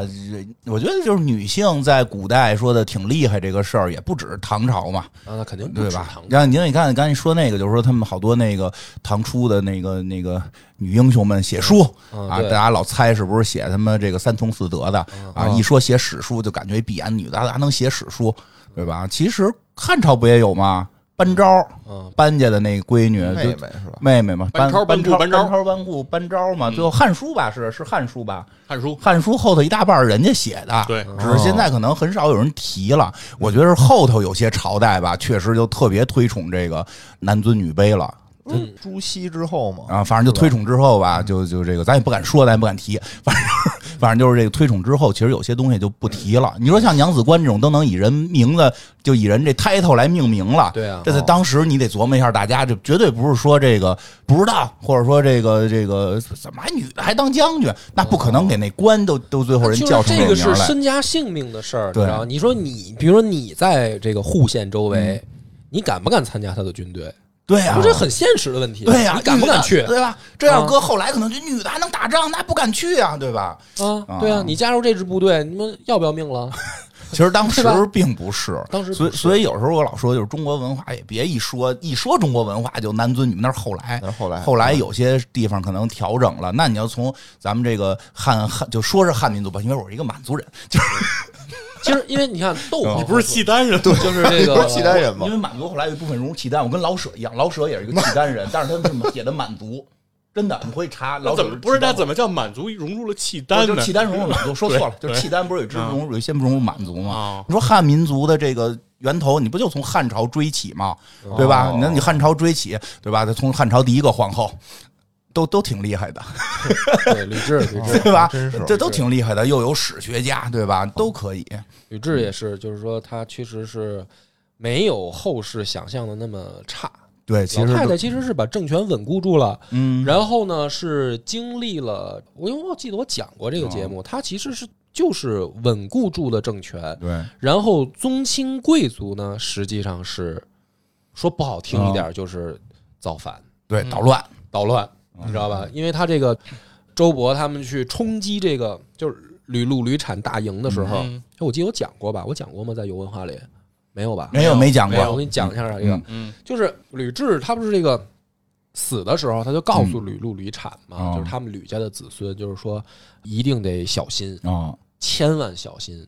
Speaker 1: 我觉得就是女性在古代说的挺厉害这个事儿，也不止唐朝嘛，
Speaker 2: 啊，那肯定不
Speaker 1: 对
Speaker 2: 止
Speaker 1: 吧
Speaker 2: 唐？
Speaker 1: 然后您你看，刚才说那个，就是说他们好多那个唐初的那个那个女英雄们写书
Speaker 2: 嗯
Speaker 1: 啊，
Speaker 2: 对嗯
Speaker 1: 大家老猜是不是写他妈这个三从四德的啊？一说写史书，就感觉必然女的还能写史书，对吧？其实汉朝不也有吗？班昭，
Speaker 2: 嗯，
Speaker 1: 班家的那个闺女，
Speaker 4: 妹
Speaker 1: 哎就
Speaker 4: 妹是吧？
Speaker 1: 妹妹嘛，班
Speaker 3: 班超班
Speaker 1: 班
Speaker 3: 固班昭
Speaker 1: 班超班固班昭嘛，最后《汉书》吧，是是《汉书》吧，
Speaker 3: 汉书
Speaker 1: 《汉书》后头一大半儿人家写的，
Speaker 3: 对
Speaker 1: 只是现在可能很少有人提了。我觉得是后头有些朝代吧，确实就特别推崇这个男尊女卑了
Speaker 2: 嗯
Speaker 4: 朱熹之后嘛，
Speaker 1: 啊。反正就推崇之后吧，就就这个咱也不敢说，咱也不敢提。 (laughs) 反正就是反正就是这个推崇之后，其实有些东西就不提了。你说像娘子关这种都能以人名字就以人这 title 来命名了，
Speaker 2: 对啊
Speaker 1: 这在当时你得琢磨一下，大家就绝对不是说这个不知道，或者说这个这个怎么还女的还当将军，那不可能给那官都都最后人
Speaker 2: 就是
Speaker 1: 叫成
Speaker 2: 这个
Speaker 1: 名儿
Speaker 2: 是
Speaker 1: 来。
Speaker 2: 身家性命的事儿，你
Speaker 1: 对
Speaker 2: 知道吗？你说你，比如说你在这个户县周
Speaker 1: 嗯
Speaker 2: 围，你敢不敢参加他的军队？
Speaker 1: 对呀、
Speaker 2: 不是很现实的问题。
Speaker 1: 啊对呀、
Speaker 2: 你敢不敢去
Speaker 1: 女的对吧？这要
Speaker 2: 啊
Speaker 1: 搁后来，可能这女的还能打仗，那不敢去啊，对吧？
Speaker 2: 啊？对啊
Speaker 1: 啊，
Speaker 2: 你加入这支部队，你们要不要命了？
Speaker 1: 其实当时
Speaker 2: 是吧
Speaker 1: 并不是，
Speaker 2: 当时不
Speaker 1: 所以
Speaker 2: 是
Speaker 1: 所以有时候我老说，就是中国文化也别一说一说中国文化就男尊女卑，那是后来
Speaker 4: 那是后来
Speaker 1: 后来有些地方可能调整了。那你要从咱们这个汉汉就说是汉民族吧，因为我是一个满族人，就是
Speaker 2: 其实因
Speaker 1: (laughs)
Speaker 2: 为你看窦
Speaker 1: 嗯
Speaker 2: 皇后，
Speaker 1: 你
Speaker 3: 不是契丹人吗？
Speaker 2: 就是这
Speaker 4: 不是契丹
Speaker 2: 个。
Speaker 4: 人嘛
Speaker 1: 因，为满族后来有一部分融入契丹，我跟老舍一样，老舍也是一个契丹人，但是他们是写的满族，真的，你会查老舍
Speaker 3: 那怎
Speaker 2: 哦
Speaker 3: 么不是他
Speaker 1: 么？
Speaker 3: 怎么叫满族融入了契丹
Speaker 1: 就
Speaker 3: 呢？
Speaker 1: 是契丹融入满族，说错了，
Speaker 3: 对
Speaker 1: 就是契丹不是有之
Speaker 3: 嗯
Speaker 1: 融入有先不融入满族吗？
Speaker 3: 啊，
Speaker 1: 你说汉民族的这个源头，你不就从汉朝追起吗？对吧？
Speaker 4: 哦
Speaker 1: 那你汉朝追起，对吧？他从汉朝第一个皇后，都都挺厉害的，
Speaker 2: 对，吕雉，吕雉，
Speaker 1: 嗯对吧
Speaker 4: 真是？
Speaker 1: 这都挺厉害的，又有史学家，对吧？都可以。
Speaker 2: 吕雉也是，就是说她其实是没有后世想象的那么差。
Speaker 1: 对，
Speaker 2: 老
Speaker 1: 其实
Speaker 2: 太
Speaker 1: 都
Speaker 2: 太其实是把政权稳固住了，
Speaker 1: 嗯，
Speaker 2: 然后呢是经历了，我因为我记得我讲过这个节
Speaker 1: 哦
Speaker 2: 目，她其实是就是稳固住了政权，
Speaker 1: 对，
Speaker 2: 然后宗亲贵族呢实际上是说不好听一
Speaker 1: 哦
Speaker 2: 点就是造反
Speaker 1: 对捣乱，
Speaker 2: 捣乱，
Speaker 1: 哦
Speaker 2: 你知道吧？因为他这个周勃他们去冲击这个就是吕禄吕产大营的时候，
Speaker 3: 嗯
Speaker 2: 哎我记得我讲过吧？我讲过吗？在有文化里没有吧？
Speaker 1: 没有没讲
Speaker 3: 没有
Speaker 2: 我
Speaker 1: 过
Speaker 2: 给你讲一下啊这个，
Speaker 1: 嗯
Speaker 3: 嗯
Speaker 2: 就是吕雉，他不是这个死的时候，他就告诉吕禄、吕产嘛，
Speaker 1: 嗯哦
Speaker 2: 就是他们吕家的子孙，就是说一定得小心，
Speaker 1: 啊，
Speaker 2: 千万小心。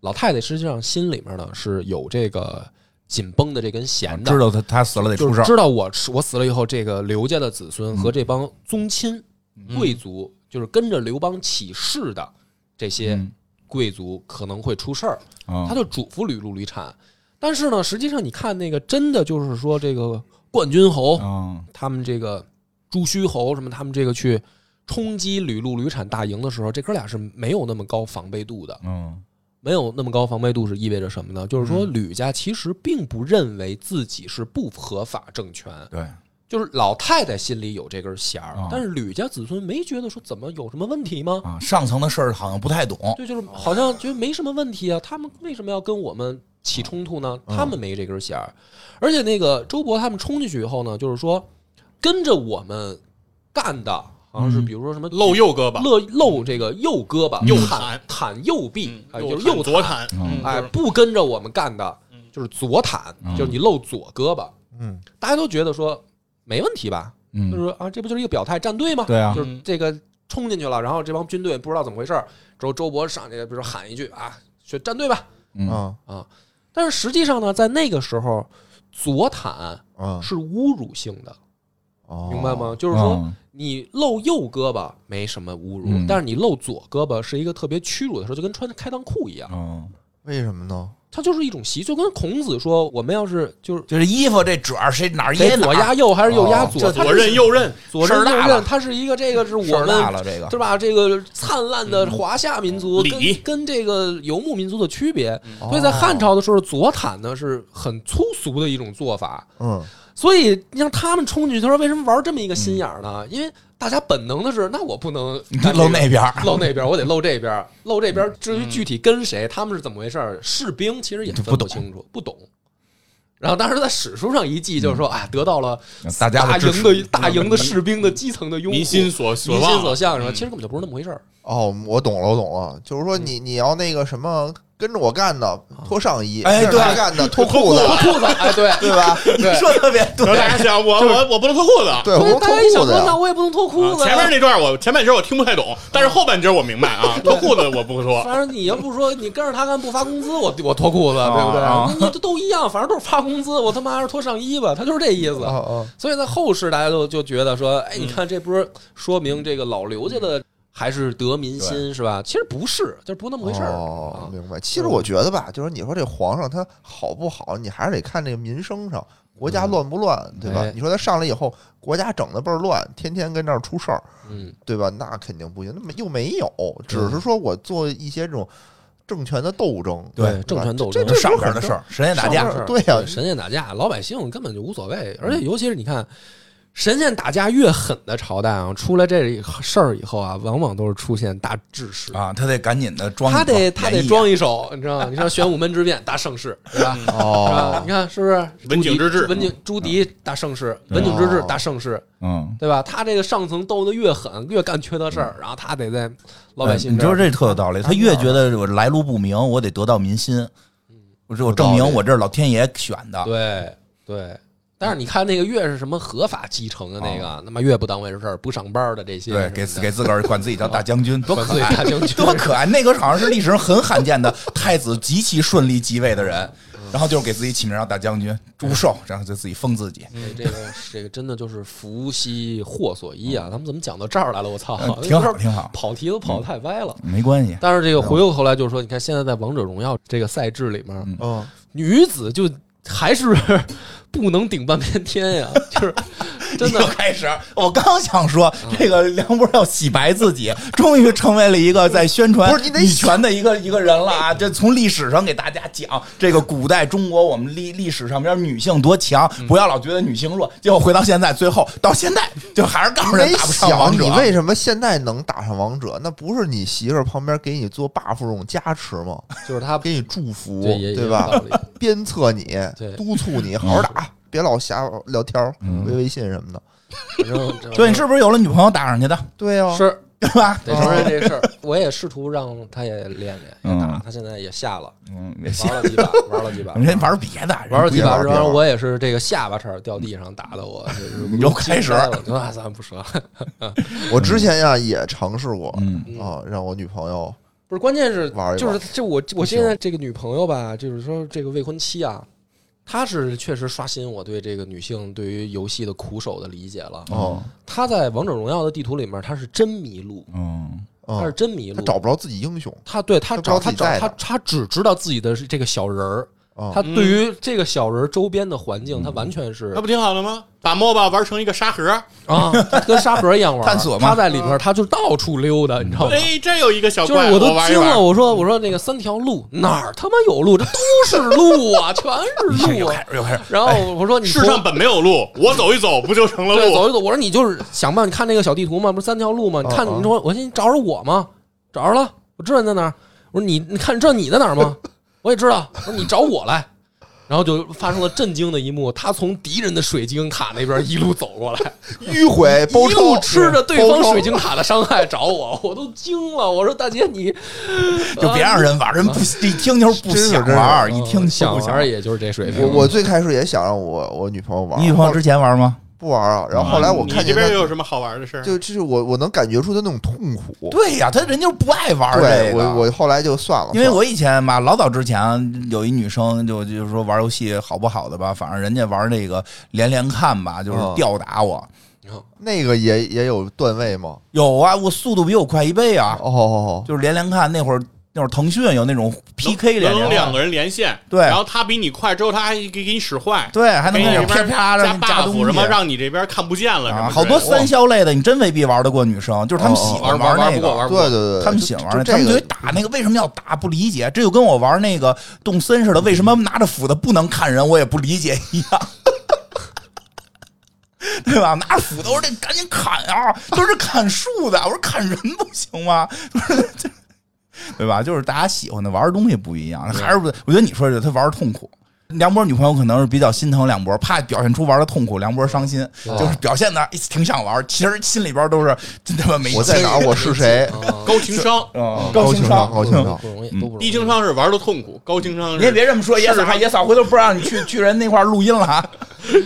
Speaker 2: 老太太实际上心里面呢是有这个紧绷的这根弦的，
Speaker 1: 知道他他死了得
Speaker 2: 就
Speaker 1: 出事
Speaker 2: 是
Speaker 1: 儿，嗯
Speaker 2: 知道我吃我死了以后，这个刘家的子孙和这帮宗亲、
Speaker 1: 嗯
Speaker 2: 贵族，就是跟着刘邦起事的这些
Speaker 1: 嗯
Speaker 2: 贵族可能会出事儿。
Speaker 1: 啊
Speaker 2: 他就嘱咐吕禄、吕产。但是呢，实际上你看那个真的就是说，这个冠军侯
Speaker 1: 嗯
Speaker 2: 他们这个朱虚侯什么，他们这个去冲击吕禄、吕产大营的时候，这哥俩是没有那么高防备度的。
Speaker 1: 嗯
Speaker 2: 没有那么高防备度是意味着什么呢？就是说吕家其实并不认为自己是不合法政权，
Speaker 1: 对，
Speaker 2: 就是老太太心里有这根弦儿
Speaker 1: 啊，
Speaker 2: 但是吕家子孙没觉得说怎么有什么问题吗？
Speaker 1: 啊，上层的事儿好像不太懂，
Speaker 2: 对，就是好像觉得没什么问题啊，他们为什么要跟我们起冲突呢？他们没这根弦儿，而且那个周勃他们冲进去以后呢，就是说跟着我们干的，好像是比如说什么
Speaker 3: 露右胳膊，
Speaker 2: 露露这个右胳膊，
Speaker 3: 右
Speaker 2: 袒袒右臂
Speaker 3: 嗯，
Speaker 2: 啊，就是
Speaker 3: 右
Speaker 2: 右
Speaker 3: 左
Speaker 2: 袒，
Speaker 3: 袒，嗯
Speaker 2: 哎，
Speaker 3: 就是
Speaker 2: 不跟着我们干的
Speaker 3: 嗯，
Speaker 2: 就是左袒，就是你露左胳膊，
Speaker 4: 嗯，
Speaker 2: 大家都觉得说没问题吧？就
Speaker 1: 嗯，
Speaker 2: 是啊，这不就是一个表态战队吗？
Speaker 1: 对啊
Speaker 2: 就，是这个冲进去了，然后这帮军队不知道怎么回事儿，之后周勃上去，比如说喊一句啊，去站队吧
Speaker 1: 嗯
Speaker 4: 啊
Speaker 2: 啊。但是实际上呢，在那个时候，左袒
Speaker 4: 啊，
Speaker 2: 是侮辱性的，
Speaker 4: 哦
Speaker 2: 明白？吗？就是说
Speaker 1: 嗯
Speaker 2: 你露右胳膊没什么侮辱
Speaker 1: 嗯，
Speaker 2: 但是你露左胳膊是一个特别屈辱的事儿，就跟穿开裆裤一样，
Speaker 1: 嗯，
Speaker 4: 为什么呢？
Speaker 2: 它就是一种习，就跟孔子说，我们要是就是
Speaker 1: 就是衣服这褶儿谁哪儿啊掖
Speaker 2: 得
Speaker 1: 哪
Speaker 2: 左
Speaker 1: 儿，
Speaker 2: 压右还是右压
Speaker 4: 哦
Speaker 2: 左，它
Speaker 3: 左
Speaker 2: 是
Speaker 3: 任右任，
Speaker 2: 左
Speaker 1: 事
Speaker 2: 任
Speaker 1: 儿大
Speaker 2: 右
Speaker 1: 了
Speaker 2: 任，它是一个这个是
Speaker 1: 事
Speaker 2: 我
Speaker 1: 儿大
Speaker 2: 们
Speaker 1: 了这个
Speaker 2: 是，吧？这个灿烂的华夏民族
Speaker 3: 嗯礼嗯
Speaker 2: 跟跟这个游牧民族的区别，
Speaker 4: 哦
Speaker 2: 所以在汉，朝的时候，左袒呢是很粗俗的一种做法。
Speaker 4: 嗯，
Speaker 2: 所以你让他们冲进去，他说为什么玩这么一个心眼儿呢？因为大家本能的是，那我不能
Speaker 1: 你
Speaker 2: 干这个
Speaker 1: 露那边儿
Speaker 2: 露那边儿，我得露这边儿，露这边
Speaker 3: 嗯
Speaker 2: 儿。至于具体跟谁，他们是怎么回事儿，士兵其实也
Speaker 1: 就
Speaker 2: 分
Speaker 1: 不懂
Speaker 2: 清楚，不懂。然后当时在史书上一记，就是说啊，得到了
Speaker 1: 嗯大家的
Speaker 2: 大
Speaker 1: 支
Speaker 2: 营
Speaker 1: 持嗯
Speaker 2: 的大营的士兵的基层的拥护，
Speaker 3: 民心所所
Speaker 2: 民心
Speaker 3: 望， (laughs)
Speaker 2: 所向，是吧？
Speaker 3: 嗯
Speaker 2: 其实根本就不是那么回事儿。
Speaker 4: 哦，我懂了，我懂了，就是
Speaker 1: 嗯
Speaker 4: 说你你要那个什么跟着我干的，脱上衣；
Speaker 1: 哎
Speaker 4: 跟着他
Speaker 1: 对
Speaker 4: 干的，脱裤子，
Speaker 2: 脱裤子，哎，对，
Speaker 4: 对吧？
Speaker 1: 你说特别
Speaker 3: 然后
Speaker 1: 对，
Speaker 3: 大家想，啊我我我不能脱裤子啊。
Speaker 4: 对， (laughs) 我不
Speaker 2: 大家一想
Speaker 4: 脱裤子
Speaker 2: 说，那
Speaker 4: 呀。
Speaker 2: 我也不能脱裤子呀。啊嗯
Speaker 3: 前面那段我前半截我听不太懂，但是后半截我明白啊，脱裤子我不脱。
Speaker 2: 反正你要不说你跟着他干不发工资，我 (laughs) 我脱裤子，对不对？
Speaker 1: 啊
Speaker 2: 那你这都一样，反正都是发工资，我他妈还是脱上衣吧，他就是这意思。
Speaker 4: 哦
Speaker 3: 啊
Speaker 4: 哦，
Speaker 2: 所以在后世，大家都就觉得说，哎，你
Speaker 3: 嗯
Speaker 2: 看这不是说明这个老刘家的还是得民心是吧？其实不是，就是不那么回事儿。
Speaker 4: 哦
Speaker 2: 啊，
Speaker 4: 明白。其实我觉得吧，就是你说这皇上他好不好，你还是得看这个民生上，国家乱不乱，对吧
Speaker 2: 嗯哎？
Speaker 4: 你说他上来以后，国家整的倍儿乱，天天跟那儿出事儿，
Speaker 2: 嗯，
Speaker 4: 对吧？那肯定不行，那么又没有，只是说我做一些这种政权的斗争，
Speaker 1: 对
Speaker 4: 吧
Speaker 2: 政权斗
Speaker 4: 这
Speaker 2: 争
Speaker 4: 这
Speaker 1: 上边的事儿，神仙打架啊嗯
Speaker 4: 上，边儿对呀
Speaker 2: 神仙打架，老百姓根本就无所谓。而且尤其是你看，神仙打架越狠的朝代啊，出了这事儿以后啊，往往都是出现大致仕。
Speaker 1: 啊，他得赶紧的装一
Speaker 2: 他
Speaker 1: 装，
Speaker 2: 得他得
Speaker 1: 演绎啊
Speaker 2: 装一手，你知道吗？你像玄武门之变大盛世，是吧？
Speaker 1: 嗯
Speaker 2: 是吧
Speaker 4: 哦
Speaker 2: 你，看是不是？
Speaker 3: 文景之治
Speaker 2: 朱迪文景朱迪大盛世，文景之
Speaker 1: 哦
Speaker 2: 治大盛世，
Speaker 1: 嗯。
Speaker 2: 对吧？他这个上层斗得越狠，越干缺德事儿，然后他得在老百姓
Speaker 1: 嗯你知道
Speaker 2: 这儿
Speaker 1: 这特有道理。他越觉得我来路不明，我得得到民心，
Speaker 2: 嗯
Speaker 1: 我这我证明我这是老天爷选的。
Speaker 2: 对对。但是你看那个越是什么合法继承的那个，他妈越不当回事儿，不上班的这些什么
Speaker 1: 啊对，
Speaker 2: 的，
Speaker 1: 给给自个儿管自己叫大将
Speaker 2: (laughs)
Speaker 1: 军，多
Speaker 2: 管自
Speaker 1: 可
Speaker 2: 己
Speaker 1: 爱， (laughs)
Speaker 2: 大将军
Speaker 1: 多可爱！那个好像是历史上很罕见的太子极其顺利即位的人，
Speaker 2: 嗯
Speaker 1: 然后就是给自己起名叫大将军祝寿，然后就自己封自己，
Speaker 2: (laughs) 这这个这个真的就是福兮祸所依啊！他们怎么讲到这儿来了？我操
Speaker 1: 嗯，挺好挺好嗯
Speaker 2: 跑题都跑得太歪了。
Speaker 1: 没关系。
Speaker 2: 但是这个回过头来就是说，你看现在在王者荣耀这个赛制里面，
Speaker 4: 嗯，
Speaker 2: 女子就还是 (laughs) 不能顶半边天呀，就是真
Speaker 1: (laughs) 又
Speaker 2: 的。
Speaker 1: 开始，我刚想说这个梁波要洗白自己，终于成为了一个在宣传
Speaker 4: 不是你得
Speaker 1: 女权的一个一个人了啊！这从历史上给大家讲，这个古代中国我们历历史上边女性多强，不要老觉得女性弱，结果回到现在，最后到现在就还是告诉人
Speaker 4: 没
Speaker 1: 打不上王
Speaker 4: 想
Speaker 1: 者
Speaker 2: 啊
Speaker 1: 啊
Speaker 4: 你。为什么现在能打上王者？那不是你媳妇儿旁边给你做 buff 这种加持吗？
Speaker 2: 就是他
Speaker 4: 给你祝福，
Speaker 2: (laughs) 对也
Speaker 4: 对吧
Speaker 2: 也有道理？
Speaker 4: 鞭策你
Speaker 1: (laughs)
Speaker 2: 对，
Speaker 4: 督促你好好打，别老瞎聊天儿、微微信什么的。
Speaker 2: 反正这
Speaker 1: 对，你是不是有了女朋友打上去的，
Speaker 4: 对啊呀、
Speaker 2: 是
Speaker 1: 对吧？
Speaker 2: 得承认这事儿。 (laughs) 我也试图让他也练练，也打
Speaker 1: 嗯
Speaker 2: 他现在也下了，
Speaker 1: 嗯，也行
Speaker 2: 玩。了几把，玩了几把，
Speaker 1: 人玩别的，人
Speaker 2: 玩了
Speaker 1: 不
Speaker 2: 几把，
Speaker 4: 别玩别
Speaker 2: 然后
Speaker 4: 玩
Speaker 2: 我也是这个下巴差点掉地上打的我，就是
Speaker 1: 你又 (laughs) 开始
Speaker 2: 惊呆了，那咱不说了。
Speaker 4: 我之前呀、也尝试过，
Speaker 1: 嗯
Speaker 4: 啊，让我女朋友
Speaker 2: 不是，关键是
Speaker 4: 玩一玩
Speaker 2: 就是就我我现在这个女朋友吧，就是说这个未婚妻啊，她是确实刷新我对这个女性对于游戏的苦手的理解了。
Speaker 4: 哦，
Speaker 2: 她在王者荣耀的地图里面，她是真迷路，
Speaker 1: 嗯，
Speaker 2: 她是
Speaker 4: 嗯，
Speaker 2: 真迷
Speaker 4: 她
Speaker 2: 路。
Speaker 4: 找不着自己英雄，
Speaker 2: 她对她
Speaker 4: 她
Speaker 2: 找
Speaker 4: 不知道
Speaker 2: 她
Speaker 4: 自己
Speaker 2: 找
Speaker 4: 在
Speaker 2: 她
Speaker 4: 哪
Speaker 2: 她只知道自己的是这个小人儿，
Speaker 4: 哦
Speaker 3: 嗯
Speaker 2: 她对于这个小人儿周边的环境，她完全是
Speaker 3: 那不挺好的吗？把 MOBA 玩成一个沙盒，
Speaker 2: 啊，她跟沙盒一样玩儿
Speaker 1: 探索嘛
Speaker 2: 她在里面，她就到处溜达，你知道吗？
Speaker 3: 哎，这有一个小
Speaker 2: 嗯就是
Speaker 3: 怪，
Speaker 2: 我都
Speaker 3: 玩一
Speaker 2: 惊了，
Speaker 3: 玩。
Speaker 2: 我说我说那个三条路哪儿他妈有路？这都是路啊，全是路
Speaker 1: 又
Speaker 2: 啊
Speaker 1: 开。始又开始，
Speaker 2: 然后我说你
Speaker 3: 世
Speaker 2: 从
Speaker 3: 上本没有路，我走一走不就成了
Speaker 2: 对
Speaker 3: 路？
Speaker 2: 走一走，我说你就是想办法，你看那个小地图嘛，不是三条路吗？你看
Speaker 4: 哦
Speaker 2: 你说我寻思你找着我吗？找着了，我知道你在哪儿。我说你你看你知道你在哪儿吗？我也知道。我说你找我来。然后就发生了震惊的一幕，他从敌人的水晶塔那边一路走过来，
Speaker 4: 迂回 (laughs)
Speaker 2: (laughs)
Speaker 4: 包
Speaker 2: 一路
Speaker 4: 抄，
Speaker 2: 吃着对
Speaker 4: 包
Speaker 2: 方
Speaker 4: 抄
Speaker 2: 水晶塔的伤害找我，我都惊了。我说大姐你
Speaker 1: 就别让人玩，人
Speaker 3: 呃
Speaker 1: 不一听就是不
Speaker 4: 真是
Speaker 1: 想
Speaker 4: 真是
Speaker 1: 玩，一听就不
Speaker 2: 呃想
Speaker 1: 想
Speaker 2: 玩，也就是这水平。
Speaker 4: 我我最开始也想让我我女朋友玩，
Speaker 1: 你女朋友之前玩吗？
Speaker 4: 不玩啊，然后后来我
Speaker 3: 你
Speaker 4: 看
Speaker 3: 这
Speaker 4: 见
Speaker 3: 边
Speaker 4: 她，
Speaker 3: 又有什么好玩的事儿？啊
Speaker 4: 就就是我我能感觉出她那种痛苦，
Speaker 1: 对呀、他人就是不爱玩这
Speaker 4: 对
Speaker 1: 个。
Speaker 4: 我我后来就算了，
Speaker 1: 因为
Speaker 4: 算了
Speaker 1: 我以前嘛，老早之前有一女生就就是说玩游戏好不好的吧，反正人家玩那个连连看吧，就是
Speaker 4: 嗯
Speaker 1: 吊打我。
Speaker 4: 那个也也有段位吗？
Speaker 1: 有啊，我速度比我快一倍啊！
Speaker 4: 哦哦
Speaker 1: 就是连连看那会儿，那会儿腾讯有那种 PK 连连
Speaker 3: 能
Speaker 1: 看
Speaker 3: 两，个人连线，
Speaker 1: 对
Speaker 3: 然后他比你快之后，他还给给你使坏，
Speaker 1: 对，还能
Speaker 3: 给
Speaker 1: 那
Speaker 3: 你
Speaker 1: 种
Speaker 3: 这
Speaker 1: 啪
Speaker 3: 边
Speaker 1: 啪的
Speaker 3: 加
Speaker 1: 加东
Speaker 3: buff 什么，
Speaker 1: 西。
Speaker 3: 让你这边看不见了什
Speaker 1: 啊，
Speaker 3: 么之类的。哦
Speaker 1: 好多三消类的，你真未必玩得过女生，就是他们喜欢
Speaker 3: 玩玩
Speaker 1: 那
Speaker 3: 不
Speaker 1: 个
Speaker 3: 过，，玩
Speaker 4: 哦，
Speaker 3: 不
Speaker 4: 对对
Speaker 3: 过。
Speaker 4: 对，对
Speaker 1: 他们喜欢玩那
Speaker 4: 就
Speaker 1: 个，他
Speaker 4: 就
Speaker 1: 们
Speaker 4: 这
Speaker 1: 对于
Speaker 4: 个
Speaker 1: 打那个为什么要打不理解，这就跟我玩那个动森似的，为什么拿着斧子不能看人，我也不理解一样。 (laughs) 对吧？拿着斧头，我说这赶紧砍啊！他说这砍树的，我说砍人不行吗？ (laughs) 对吧？就是大家喜欢的玩的东西不一样，还是不，我觉得你说的，他玩儿痛苦，梁博女朋友可能是比较心疼梁博，怕表现出玩的痛苦，梁博伤心，就是表现的挺想玩，其实心里边都是真他妈没
Speaker 4: 我在哪儿，我是谁， (laughs)
Speaker 3: 高情商，
Speaker 1: 嗯
Speaker 4: 高
Speaker 1: 情
Speaker 4: 商，高情商
Speaker 2: 不。容
Speaker 1: 嗯
Speaker 2: 易，都不容易。
Speaker 3: 低情商是玩的痛苦，高情商
Speaker 1: 你也
Speaker 3: 是
Speaker 1: 别这么说，野嫂，野嫂回头不让你去去人那块儿录音了啊！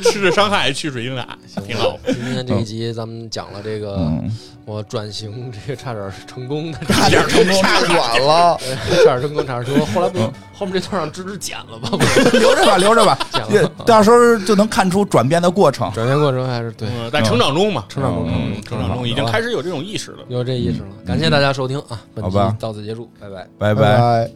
Speaker 3: 吃着伤害去水英俩，挺好。
Speaker 2: 今天这一集咱们讲了这个、
Speaker 1: 嗯
Speaker 2: 我转型，这个差点儿成功的，
Speaker 1: 差点成功，
Speaker 4: 太远了，
Speaker 2: (laughs) 差点儿成功，差点儿成功。后来不
Speaker 3: 嗯
Speaker 2: 行，后面这段让芝芝剪了吧？
Speaker 1: (laughs) 留着吧，留着吧，也到时候就能看出转变的过程。
Speaker 2: 转变过程还是对，
Speaker 3: 嗯，在成长中嘛，
Speaker 2: 成长过程
Speaker 3: 嗯，成长中已经开始有这种意识了。
Speaker 2: 有这意识了。感谢大家收听啊，本
Speaker 1: 好
Speaker 2: 期
Speaker 1: 吧
Speaker 2: 到此结束，拜拜。
Speaker 1: 拜
Speaker 4: 拜。